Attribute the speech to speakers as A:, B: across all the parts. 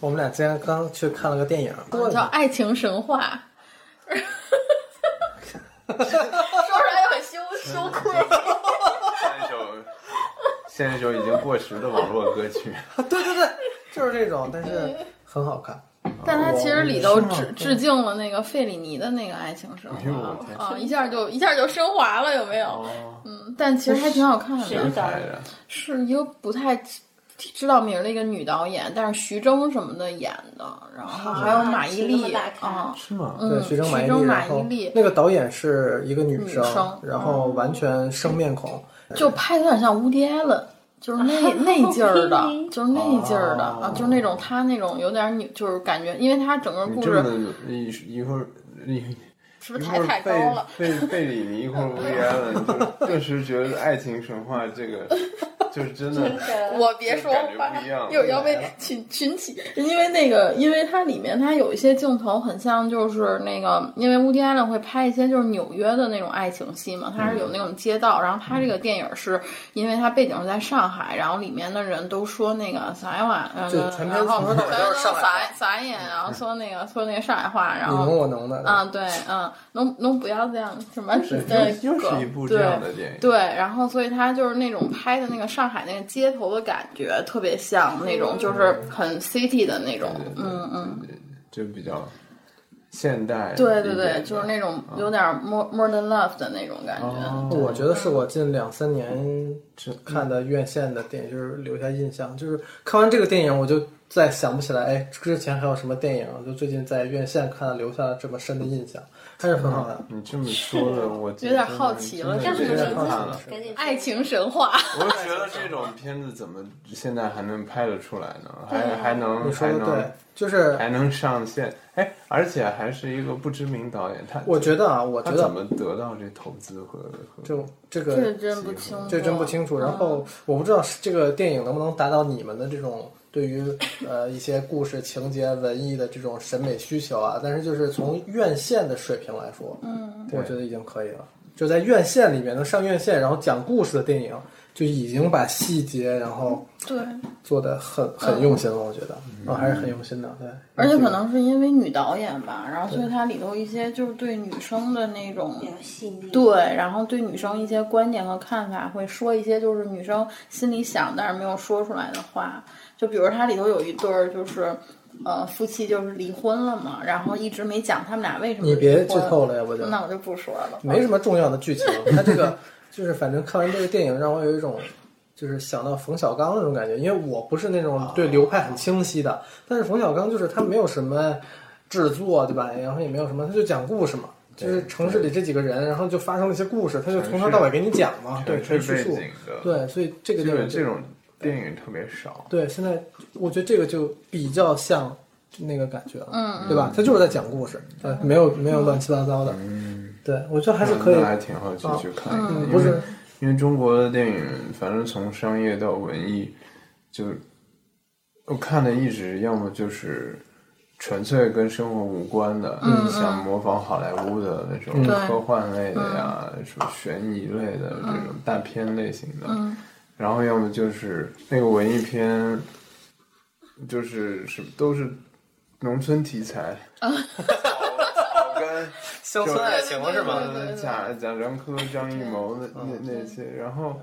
A: 我们俩之前刚去看了个电影，
B: 叫《爱情神话》，说出来又很羞羞愧。
C: 像一首，像一首已经过时的网络歌 曲。
A: 对对对，就是这种，但是很好看。
C: 哦
B: 但它其实里头致致敬了那个费里尼的那个《爱情神话
C: 哎呦我天》
B: 啊，一下就一下就升华了，有没有？
C: 哦
B: 嗯，但其实还挺好看
D: 谁
B: 的
D: 的，
C: 拍的，
B: 是一个不太知道名儿的一个女导演，但是徐峥什么的演的，然后还有马伊
D: 徐峥
B: 琍
D: 大咖
B: 啊，
C: 是吗？
B: 嗯
A: 对，徐峥、马伊
B: 徐峥
A: 琍，
B: 马
A: 然后
B: 伊琍
A: 那个导演是一个女
B: 女生嗯
A: 然后完全生面孔，
B: 就拍得有点像 Woody Allen，就是那那劲儿的，就是那劲儿的
C: 哦
B: 啊，就是那种他那种有点女，就是感觉，因为他整个
C: 你
B: 故
C: 这么
B: 事
C: 的一一会儿一
B: 是不
C: 一
B: 是抬
C: 会儿
B: 太高
C: 贝
B: 了？
C: 贝贝里尼 一会儿乌迪安了，就顿时觉得爱情神话这 个就是真的。
B: 我别说
C: 感觉
B: 话
C: 不一样，
B: 又要被群群起，因为那个，因为它里面它有一些镜头很像就是那个，因为乌迪安伦会拍一些就是纽约的那种爱情戏嘛，它是
C: 嗯
B: 有那种街道，然后它这个电影是因为它背景是在上海，然后里面的人都说那个撒瓦，嗯
A: 就全篇
B: 然后
A: 从头到尾都是上海话
B: 撒撒野，然后说那个说那个上海话，然
A: 你侬
B: 后。
A: 我侬的。
B: 啊，对，嗯，能能不要这样什么？
C: 是
B: 对
C: 又又是一部这
B: 对
C: 样的电影，
B: 对，然后所以他就是那种拍的那个上海那个街头的感觉，特别像那
C: 嗯
B: 种就是很 city 的那种，
C: 对
B: 嗯嗯，
C: 就比较现代一点
B: 对
C: 的。嗯
B: 对对，就是那种有点 more more than love 的那种感
C: 哦
B: 觉。
A: 我觉得是我近两三年只看的院线的电影，就是留下印象。就是看完这个电影，我就再想不起来，哎，之前还有什么电影？就最近在院线看了，留下了这么深的印象，还是很好的。
C: 你这么说 的，我
B: 有点好奇了
D: 叫什么
A: 这个
D: 名
C: 看
A: 看
C: 了
A: 了
D: 字？赶紧说
B: 爱情神话，
C: 我就觉得这种片子怎么现在还能拍得出来呢？还还能
A: 你嗯说
C: 还
A: 的对
C: 能，
A: 就是
C: 还能上线？哎，而且还是一个不知名导演，他
A: 我觉得啊，我
C: 他
A: 觉
C: 怎
A: 得
C: 么得到这投资和和
A: 就这个
B: 这真不清楚，
A: 这真不清楚。然后
B: 嗯
A: 我不知道是这个电影能不能达到你们的这种对于呃一些故事情节、文艺的这种审美需求啊。但是就是从院线的水平来说，嗯，我觉得已经可以了。就在院线里面能上院线，然后讲故事的电影，就已经把细节然后
B: 对，
A: 做的很很用心了。我觉得啊，还是很用心的。对，
B: 嗯而且可能是因为女导演吧，然后所以它里头一些就是对女生的那种
D: 比较细腻。
B: 对，然后对女生一些观点和看法，会说一些就是女生心里想但是没有说出来的话。就比如它里头有一对儿，就是呃夫妻就是离婚了嘛，然后一直没讲他们俩为什么
A: 你别
B: 离
A: 剧
B: 婚
A: 透了，要不就
B: 那我就不说了。
A: 没什么重要的剧情， 它这个就是反正看完这个电影，让我有一种就是想到冯小刚那种感觉，因为我不是那
C: 啊
A: 种对流派很清晰的，但是冯小刚就是他没有什么制作，对吧？然后也没有什么，他就讲故事嘛。就是城市里这几个人，然后就发生了一些故事，他就从头到尾给你讲嘛，啊对，
C: 城
A: 纯
C: 市
A: 叙
C: 背
A: 述，
C: 景的，
A: 对，所以这个
C: 这
A: 电
C: 个
A: 影就
C: 这种电影特别少。
A: 对，现在我觉得这个就比较像那个感觉了，
B: 嗯
A: 对吧？他就是在讲故事，对，没有没有乱七八糟的，
C: 嗯，
A: 对我觉得还是可以
C: 那，还挺好奇去看一看，
A: 嗯，
C: 因
A: 不是
C: 为因为中国的电影，反正从商业到文艺，就我看的一直要么就是纯粹跟生活无关的，像模仿好莱坞的那
A: 嗯
C: 种
B: 对
C: 科幻类的呀，什么悬疑类的这种大片类型的，然后要么就是那个文艺片，就是什么都是农村题材。草草根
A: 乡
C: 村爱
B: 情是吗对对嗯对对
C: 嗯贾贾樟柯、张艺谋的那那些，然后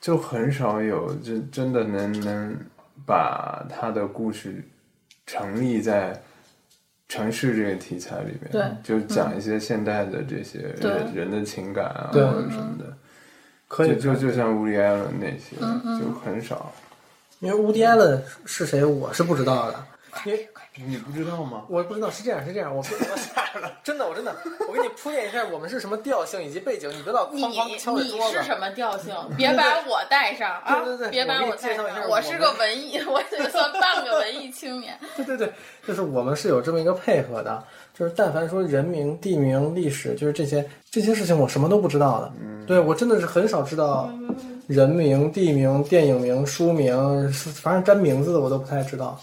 C: 就很少有就真的能能把他的故事成立在城市这个题材里面，
B: 对
C: 就讲一些现代的这些
B: 对嗯
C: 人人的情感啊或
A: 对
C: 者什么的，
A: 可以
C: 就就就像乌里艾伦那些
B: 嗯
C: 就很少，
A: 因为乌迪艾伦是谁，我是不知道的。因为
C: 你不知道吗？
A: 我不知道是这样是这样，我我 吓了，真的我真的，我给你铺垫一下我们是什么调性以及背景，你别老
B: 你
A: 哐哐敲我
B: 你
A: 桌子
B: 是。什么调 性？别把我带上啊！
A: 对对对
B: 别把
A: 我给你
B: 带
A: 介
B: 上
A: 绍一下，
B: 我
A: 我
B: 是
A: 们
B: 个文艺，我也算半个文艺青年。
A: 对对对，就是我们是有这么一个配合的，就是但凡说人名、地名、历史，就是这些这些事情，我什么都不知道的。对我真的是很少知道
B: 嗯
A: 人名、地名、电影名、书名，反正沾名字的我都不太知道。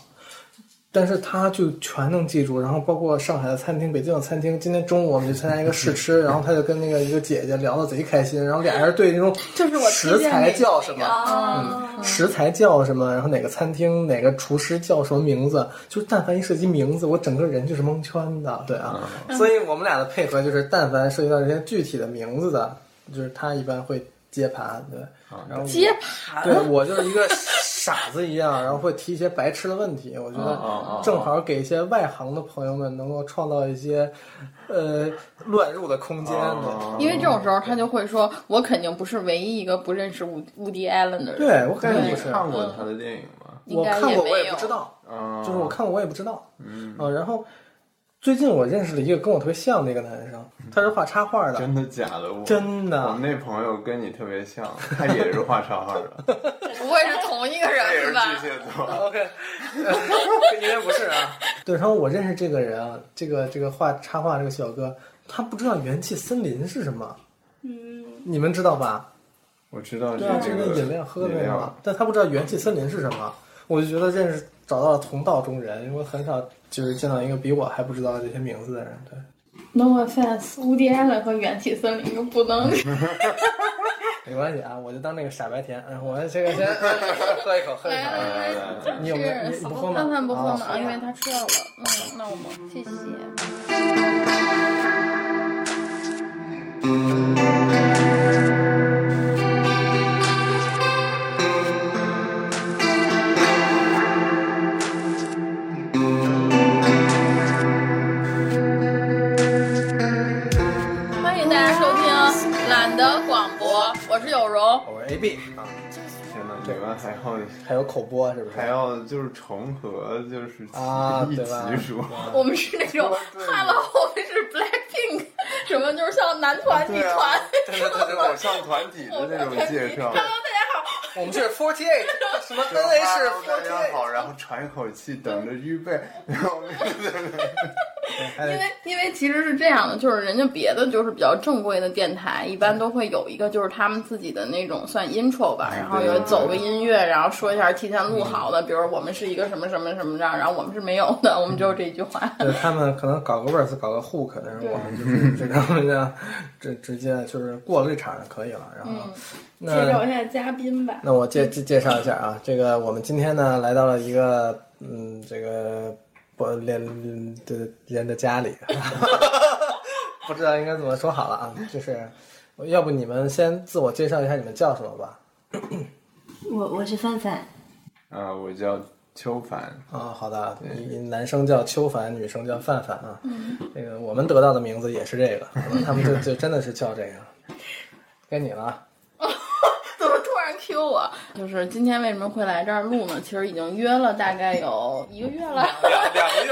A: 但是他就全能记住，然后包括上海的餐厅、北京的餐厅。今天中午我们去参加一个试吃，然后他就跟那个一个姐姐聊得贼开心，然后俩人对那种
B: 就是我
A: 食材叫什么，
D: 啊，
A: 食材叫什么，然后哪个餐厅哪个厨师叫什么名字，就是但凡一涉及名字，我整个人就是蒙圈的，对啊。所以我们俩的配合就是，但凡涉及到这些具体的名字的，就是他一般会接盘，对，然后我
B: 接盘
A: 对我就是一个傻子一样，然后会提一些白痴的问题。我觉
C: 哦哦哦
A: 得正好给一些外行的朋友们能够创造一些呃乱入的空间。
C: 哦
B: 因为这种时候他就会说，我肯定不是唯一一个不认识伍伍迪·艾伦的人。
A: 对，对我肯
C: 但
A: 定
C: 你
A: 不是，
C: 看过他的电影吗？
B: 应
A: 我
B: 该
A: 看过
B: 没
A: 我也
B: 有
A: 不知道，
C: 啊，
A: 就是我看过我也不知道。
C: 嗯，
A: 啊，然后最近我认识了一个跟我特别像的一个男生，他是画插画的，
C: 啊真的假的？我
A: 真
C: 我
A: 的
C: 们。那朋友跟你特别像，他也 是画插画的，
B: 不会是同一个
C: 他也
B: 人
C: 是
B: 是吧
C: 巨？蟹 座。
A: OK，应该不是啊。 对，然后我认识这个人啊，这个这个画插画这个小哥，他不知道元气森林是什么，
D: 嗯，
A: 你们知道吧？
C: 我知道
A: 对啊，
C: 这
A: 就
C: 个
A: 那饮料喝的
C: 饮
A: 那个
C: 料
A: 嘛，，但他不知道元气森林是什么，我就觉得认识找到了同道中人，因为我很少就是见到一个比我还不知道这些名字的人。对，
B: No offense，无敌艾伦和元气森林又不能。
A: 没关系啊，我就当那个傻白甜。嗯，我这个先 喝一口，喝一 口。
C: 来来来来
A: 你有没有？你不喝吗？
B: 范范不喝
A: 啊
B: 嘛，因为他吃药了。嗯，那我们谢谢。欢迎大家收听懒得广播，我是有容。
A: 我是 AB 啊，
C: 天哪，你们还要
A: 还有口播是不是？
C: 还要就是重合，就是
A: 啊
C: 一
A: 对啊吧
C: 起数。
B: 我们是那 种 Hello，我们是 Blackpink，什么就是像男团、女
C: 对啊
B: 团。，
C: 对对对，偶像团体的那种介绍。
B: Hello，大家好，
A: 我们是 forty eight，什么
C: Hello，大家好，然后喘一口气，等着预备，然后 哎
B: 因为因为其实是这样的，就是人家别的就是比较正规的电台，一般都会有一个就是他们自己的那种算 intro
C: 哎
B: 吧，然后有
C: 啊
B: 走个音乐，然后说一下提前
C: 嗯
B: 录好的，比如我们是一个什么什么什么这样，然后我们是没有的，我们只有
C: 嗯
B: 这一句话。
A: 对他们可能搞个 verse，搞个 hook，但是我们就是这种的，直直接就是过了这场就可以了。然后，那
D: 介绍一下嘉宾吧。
A: 那我介介介绍一下啊，这个我们今天呢来到了一个嗯，这个不连的人的家里，不知道应该怎么说好了啊，就是要不你们先自我介绍一下你们叫什么吧？
D: 我我是范范，
C: 啊，我叫邱凡，
A: 啊，好的，你男生叫邱凡，女生叫范范啊。
B: 嗯
A: 这个我们得到的名字也是这个，他们就就真的是叫这个。该你了啊，
B: 怎么突然 Q 我？就是今天为什么会来这儿录呢？其实已经约了大概有一个月了。
C: 啊
A: 两两个月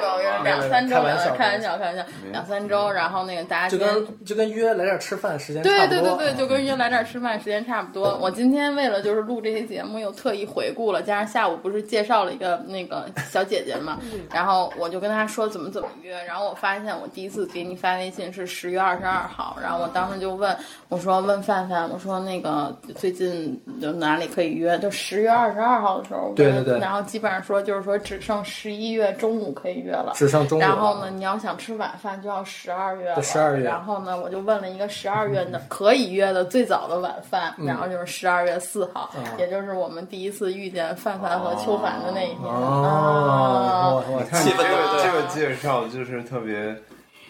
A: 吧，我觉
B: 没有没有，两三周，
A: 开
B: 两
A: 玩笑
B: 三开玩笑，开玩笑，两三周。然后那个大家
A: 嗯就
B: 今天
A: 跟就跟约来这儿吃饭时间差
B: 嗯对
A: 不
B: 对
A: 多。啊嗯
B: 对对，就跟约来这儿吃饭时间差不多。我今天为了就是录这期节目，又特意回顾了，加上下午不是介绍了一个那个小姐姐嘛，
A: 嗯
B: 然后我就跟她说怎么怎么约，然后我发现我第一次给你发微信是十月二十二号，然后我当时就问我说问范范，我说那个最近有哪里可以约？就十月二十二号的时候，
A: 对对对
B: 然后基本上说就是说只剩十一月中午可以约了，
A: 只剩中午了
B: 然后呢，你要想吃晚饭就要十二月了，
A: 对12月
B: 然后呢，我就问了一个十二月的可以约的最早的晚饭，然后就是十二月四号，也就是我们第一次遇见范范和秋凡的那一天。啊
A: 哦哦，我我
C: 看
A: 看
C: 这
A: 你
C: 个这个介绍就是特别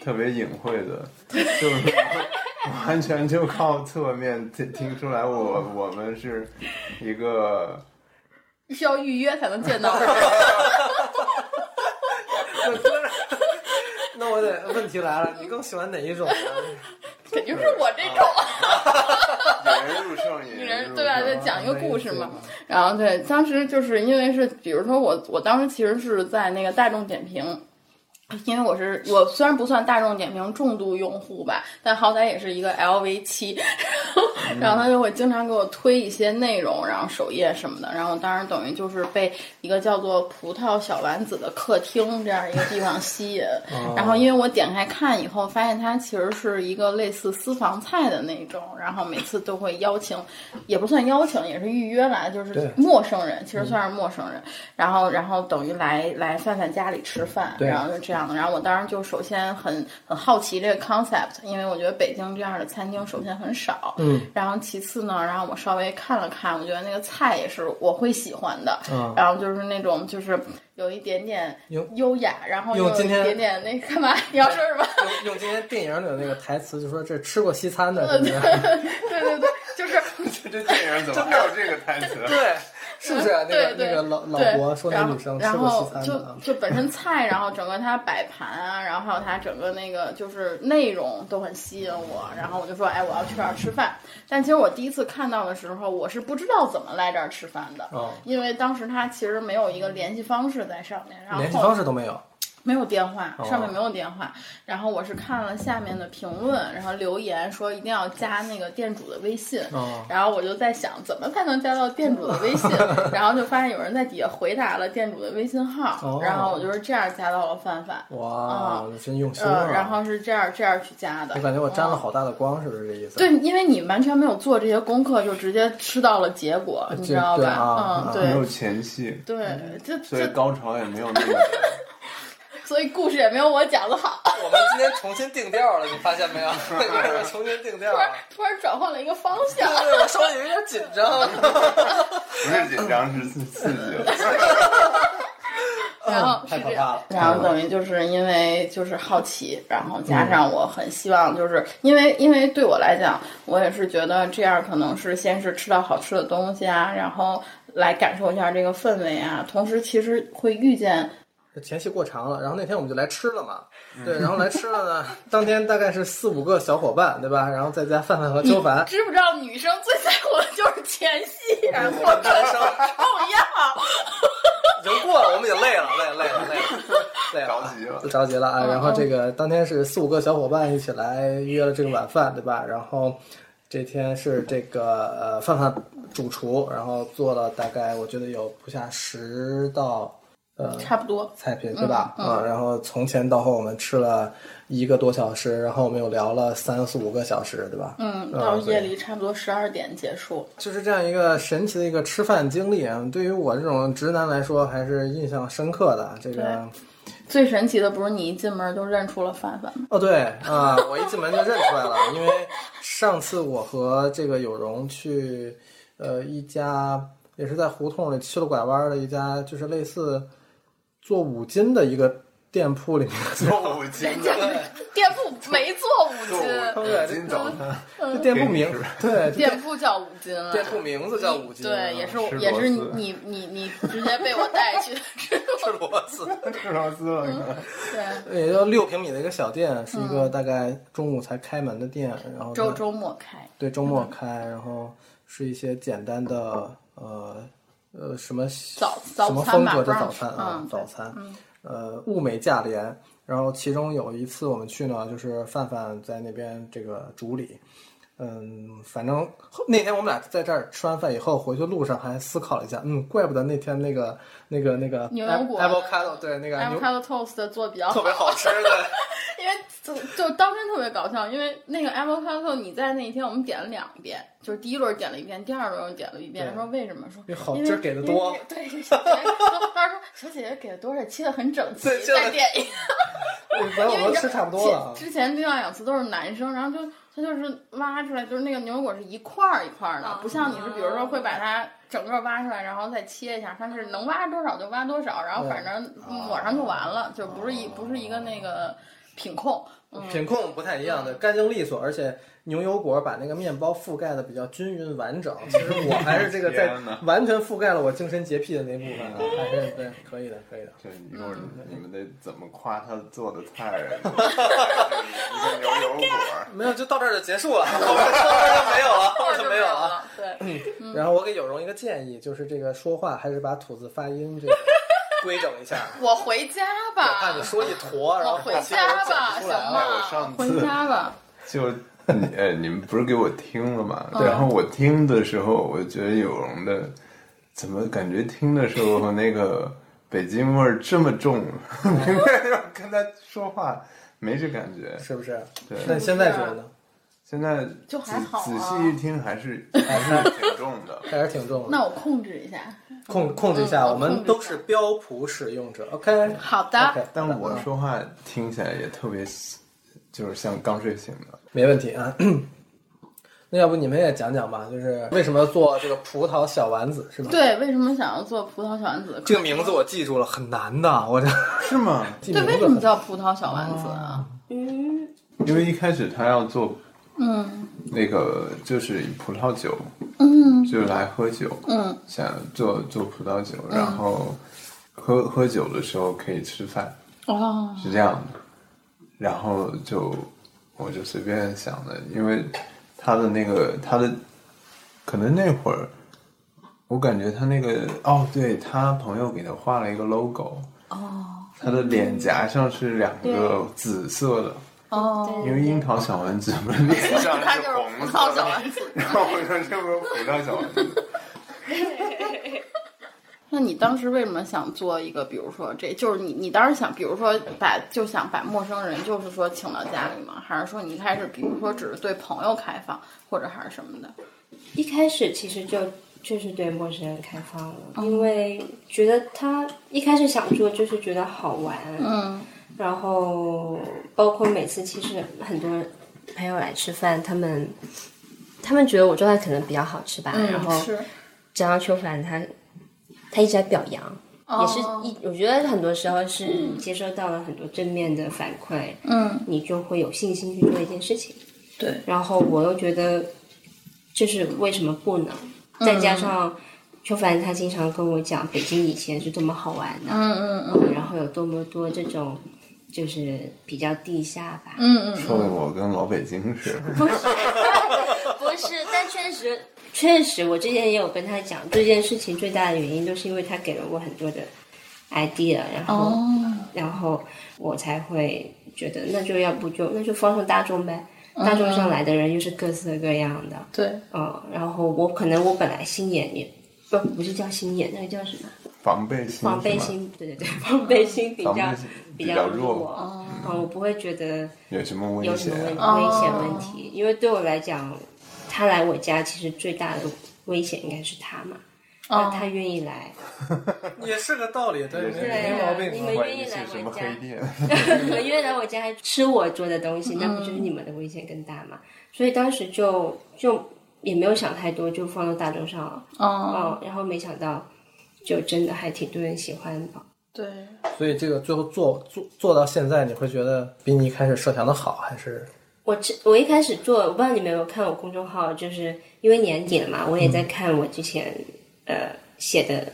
C: 特别隐晦的，就是 完全就靠侧面听听出来我我们是一个
B: 需要预约才能见到。
A: 那我得问题来了，你更喜欢哪一种啊？
B: 肯定是我这种，
C: 引人入胜，引
B: 女
C: 人
B: 人
C: 入啊
B: 对吧？就
C: 胜。
B: 讲一个故事嘛。然后对，当时就是因为是，比如说我，我当时其实是在那个大众点评。因为我是我虽然不算大众点评重度用户吧，但好歹也是一个 LV 七， 然后他就会经常给我推一些内容，然后首页什么的，然后我当时等于就是被一个叫做葡萄小丸子的客厅这样一个地方吸引，然后因为我点开看以后，发现它其实是一个类似私房菜的那种，然后每次都会邀请，也不算邀请，也是预约来，就
A: 对嗯
B: 是陌生人，其实算是陌生人，然后然后等于来来范范家里吃饭，
A: 对
B: 然后就这样的。然后我当时就首先很很好奇这个 concept，因为我觉得北京这样的餐厅首先很少，
A: 嗯，
B: 然后其次呢，然后我稍微看了看，我觉得那个菜也是我会喜欢的，
A: 嗯
B: 然后就是那种就是有一点点
A: 用
B: 优雅，然后又
A: 用
B: 有
A: 今
B: 一
A: 天
B: 点点那干嘛？你要说什么？
A: 用用今天电影里的那个台词，就说这吃过西餐的，
B: 嗯
A: 是不是？
B: 对对对，就是
C: 这这电影怎么还有这个台词？啊
A: 对， 是不是啊？那个
B: 对对
A: 那个老老
B: 对，
A: 伯说那女生吃
B: 然
A: 过
B: 后
A: 西餐
B: 然
A: 的
B: 后
A: 啊，
B: 就就本身菜，然后整个它摆盘啊，然后还有它整个那个就是内容都很吸引我，然后我就说，哎，我要去这儿吃饭。但其实我第一次看到的时候，我是不知道怎么来这儿吃饭的，
A: 哦
B: 因为当时它其实没有一个联系方式在上面，然后
A: 联系方式都没有。
B: 没有电话，
A: 哦
B: 上面没有电话。然后我是看了下面的评论，然后留言说一定要加那个店主的微信。
A: 哦
B: 然后我就在想，怎么才能加到店主的 微信？然后就发现有人在底下回答了店主的微信号，
A: 哦
B: 然后我就是这样加到了范范。
A: 哇，你真用心啊！
B: 呃，然后是这样这样去加的。
A: 我感觉我沾了
B: 嗯
A: 好大的光，是不是这意思？
B: 对，因为你完全没有做这些功课，就直接吃到了结果，你知道
A: 呃对
B: 吧？
A: 啊嗯
B: 嗯，
A: 啊
B: 对。
C: 没有前戏，
B: 对，这
C: 所以
B: 这，
C: 高潮也没有 那个。
B: 所以故事也没有我讲的好，
A: 我们今天重新定调了，你发现没 有？我们重新定调
B: 突然突然转换了一个方向。
A: 我稍微有点紧张。
C: 不是紧张，是刺刺激了。
B: 然后 是
A: 太可
B: 这
A: 怕
B: 样
A: 了，
B: 然后等于就是因为就是好奇，然后加上我很希望，就是因为因为对我来讲，我也是觉得这样可能是先是吃到好吃的东西啊，然后来感受一下这个氛围啊，同时其实会遇见
A: 前戏过长了，然后那天我们就来吃了嘛，对，然后来吃了呢，当天大概是四五个小伙伴，对吧？然后再加范范和秋凡，
B: 知不知道女生最在乎的就是前戏，啊然后
A: 我们单身
B: 臭要。
A: 已经过了，我们也累了，累了累了累了，累了，
C: 着 急了
A: 就着急了啊！然后这个当天是四五个小伙伴一起来约了这个晚饭，对吧？然后这天是这个呃范范主厨，然后做了大概我觉得有不下十道呃
B: 差不多，
A: 菜品，对吧？啊，然后从前到后我们吃了一个多小时，然后我们又聊了三四五个小时，对吧？
B: 嗯，到
A: 对
B: 夜里差不多十二点结束。
A: 就是这样一个神奇的一个吃饭经历啊，对于我这种直男来说还是印象深刻的。这个
B: 最神奇的不是你一进门就认出了范范吗？
A: 哦，对啊、我一进门就认出来了，因为上次我和这个有容去，呃，一家也是在胡同里吃了拐弯的一家，就是类似做五金的一个店铺里面，
C: 做五斤 的，
B: 店铺没做五
C: 做
B: 金。
C: 五斤早 餐，
A: 这店铺名
C: 嗯给你吃
A: 对，这
B: 店铺叫五金了，
A: 店铺名字叫五金，啊
B: 对， 也是我
C: 吃
B: 也
C: 螺
B: 是
C: 丝
B: 你你你直接被我带去的，
A: 是螺丝。
C: 吃螺丝了，可能
B: 对，
A: 也就六平米的一个小店，是一个大概中午才开门的店，然后它
B: 嗯周周末开，
A: 对周
B: 嗯
A: 末开，然后是一些简单的呃呃什么
B: 早
A: 什么
B: 早餐
A: 风
B: 吧
A: 格的
B: brunch，
A: 早餐啊、
B: 嗯
A: 早餐，呃物美价廉。然后其中有一次我们去呢，就是范范在那边这个主理，嗯，反正后那天我们俩在这儿吃完饭以后，回去路上还思考了一下，嗯，怪不得那天那个那个那个
B: 牛油果
A: avocado 对那个牛
B: avocado toast 做得比较
A: 特别好吃 的。
B: 因为就就当天特别搞笑，因为那个 avocado 你在那一天我们点了两遍，就是第一轮点了一遍，第二轮又点了一遍，
A: 对
B: 说为什么？说
A: 因为好
B: 因为
A: 汁儿给的多
B: 因为对，是小姐姐说当时说小姐姐给的多少，切的很整齐
A: 对，切得
B: 再点一个。
A: 反正
B: 因
A: 我
B: 为
A: 们
B: 你知
A: 吃
B: 道
A: 差不多了啊
B: 之。之前对象两次都是男生，然后就他就是挖出来，就是那个牛油果是一块儿一块儿的
D: 啊，
B: 不像你是比如说会把它整个挖出来，然后再切一下，它是能挖多少就挖多少，然后反正
A: 嗯
B: 嗯抹上就完了，就不是
A: 哦
B: 一不是一个那个品控。嗯，
A: 品控不太一样的，干净利索，而且牛油果把那个面包覆盖的比较均匀完整。其实我还是这个在
C: 天哪
A: 完全覆盖了我精神洁癖的那部分啊，还是对可以的，可以的。
C: 这一会儿
B: 嗯
C: 你们得怎么夸他做的菜 啊？一个牛油果，
A: 没有，就到这儿就结束 了，后面就没有了，嗯后面就没有了。
B: 了。对，
A: 然后我给有容一个建议，就是这个说话还是把吐字发音这个 规整一下。
B: 我回家
A: 我怕你
B: 吧，
A: 说一坨，然后
B: 我回家吧，
A: 结果讲不出
B: 行
A: 来啊
C: 我
B: 吧
C: 上，次
B: 回家吧。
C: 就你呃，你们不是给我听了吗？
B: 嗯
C: 然后我听的时候，我觉得有容的，怎么感觉听的时候那个北京味儿这么重？ 明白要跟他说话没这感觉。
A: 是不是？
C: 对，
A: 那你现在觉得呢？。
C: 现在
B: 就还好啊
C: 仔仔细一听还是还是挺重的
A: 还是挺重的。
B: 那我控制一下。
A: 控控制一下，
B: 嗯
A: 我们都是标普使用者。OK，
B: 好的嗯
A: OK，
C: 但我说话听起来也特别，就是像刚睡醒的。
A: 没问题啊。 那要不你们也讲讲吧，就是为什么要做这个葡萄小丸子是吧？，
B: 对，为什么想要做葡萄小丸子？
A: 这个名字我记住了，很难的，我这
C: 是吗？
A: 记
B: 对，
A: 名字
B: 为什么
A: 很
B: 叫葡萄小丸子啊？
D: 嗯，
C: 因为一开始他要做
A: 哦
B: 嗯
C: 那个就是以葡萄酒，
B: 嗯
C: 就是来喝酒，
B: 嗯
C: 想做做葡萄酒，然后喝喝酒的时候可以吃饭，
B: 哦，
C: 是这样的。然后就我就随便想的，因为他的那个他的可能那会儿，我感觉他那个哦，对他朋友给他画了一个 logo，
B: 哦
C: 他的脸颊上是两个紫色的，
B: 哦，
C: 因为樱桃小丸子不是脸上
B: 它
C: 是
B: 就是
C: 红
B: 葡
C: 色
B: 萄
C: 的
B: 小
C: 吗，
B: 丸子。
C: 然后我说这不是葡萄小丸子，
B: 那你当时为什么想做一个，比如说这就是你你当时想，比如说把就想把陌生人就是说请到家里吗？还是说你一开始比如说只是对朋友开放，或者还是什么的？
D: 一开始其实就就是对陌生人开放了，因为觉得他一开始想做就是觉得好玩，
B: 嗯
D: 然后包括每次其实很多朋友来吃饭，他们他们觉得我做饭可能比较好吃吧，然后
B: 是
D: 讲到秋凡他他一直在表扬。也是
B: 哦
D: 一，我觉得很多时候是接收到了很多正面的反馈，
B: 嗯
D: 你就会有信心去做一件事情。
B: 对，
D: 然后我又觉得，就是为什么不呢？
B: 嗯
D: 再加上邱凡他经常跟我讲北京以前是多么好玩的，
B: 嗯嗯嗯
D: 嗯然后有多么多这种就是比较地下吧，
B: 嗯嗯
C: 说的我跟老北京似的。
D: 不是，不是，但确实，确实，我之前也有跟他讲这件事情，最大的原因都是因为他给了我很多的 idea，然后，
B: 哦
D: 然后我才会觉得那就要不就那就放上大众呗，大众上来的人又是各色各样的，
B: 对
D: 嗯，然后我可能我本来心眼也。不，不是叫心眼，那个叫什么？
C: 防备心，
D: 防备，心，对对对，防备心比
C: 防备
D: 较
C: 心比
D: 比
C: 较
D: 较
C: 弱
D: 弱，嗯，我不会觉得
C: 有什么
D: 有
C: 危
D: 什么危
C: 险？啊
D: 危险问题？因为对我来讲，他来我家其实最大的危险应该是他嘛。
B: 哦
D: 那他愿意来，
A: 也是个道理，对，
C: 对
A: 没没毛病。啊
D: 你们
C: 万
D: 愿
C: 一
D: 意来
C: 是什么
D: 我
C: 黑
D: 家，
C: 店？
D: 你 们愿意来我家吃我做的东西，那不就是你们的危险更大嘛？所以当时就就也没有想太多，就放到大众上了。
B: 哦
D: 哦，然后没想到，就真的还挺多人喜欢哦
B: 对，
D: 的。
A: 所以这个最后做做做到现在，你会觉得比你一开始设想的好，还是
D: 我之我一开始做，我不知道你们有没有看我公众号，就是因为年底了嘛，我也在看我之前、呃写的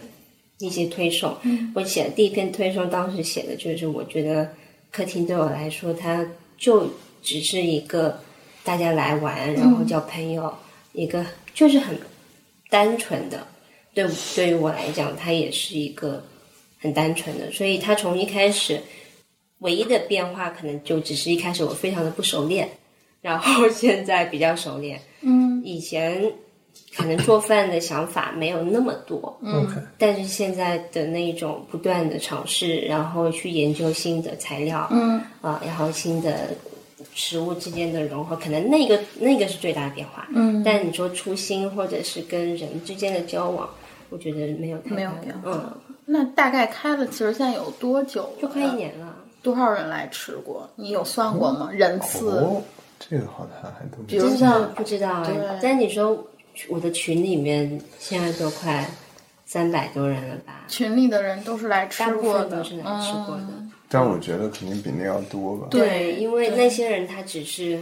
D: 一些推送。我写的第一篇推送当时写的就是，我觉得客厅对我来说，它就只是一个大家来玩，然后交朋友，一个就是很单纯的。对，对于我来讲，它也是一个很单纯的，所以它从一开始。唯一的变化可能就只是一开始我非常的不熟练，然后 现在比较熟练。
B: 嗯
D: 以前可能做饭的想法没有那么多，
B: 嗯
A: OK？
D: 但是现在的那种不断的尝试，然后去研究新的材料，啊、
B: 嗯
D: 然后新的食物之间的融合，可能那个那个是最大的变化。
B: 嗯
D: 但你说初心或者是跟人之间的交往，我觉得没有太大
B: 没有
D: 的
B: 变化
D: 嗯，
B: 那大概开了，其实现在有多久？
D: 就快一，年了。
B: 多少人来吃过？你有算过吗？人次？
C: 哦，这个好像还都
B: 如
D: 不
C: 没
D: 知道，不知道啊
B: 对。
D: 但你说我的群里面现在都快三百多人了吧？
B: 群里的人都是来吃
D: 大部
B: 过
D: 分
B: 的，
D: 都是来吃过的。
B: 嗯
C: 但我觉得肯定比那要多吧。
B: 对
D: 因为
B: 对
D: 那些人他只是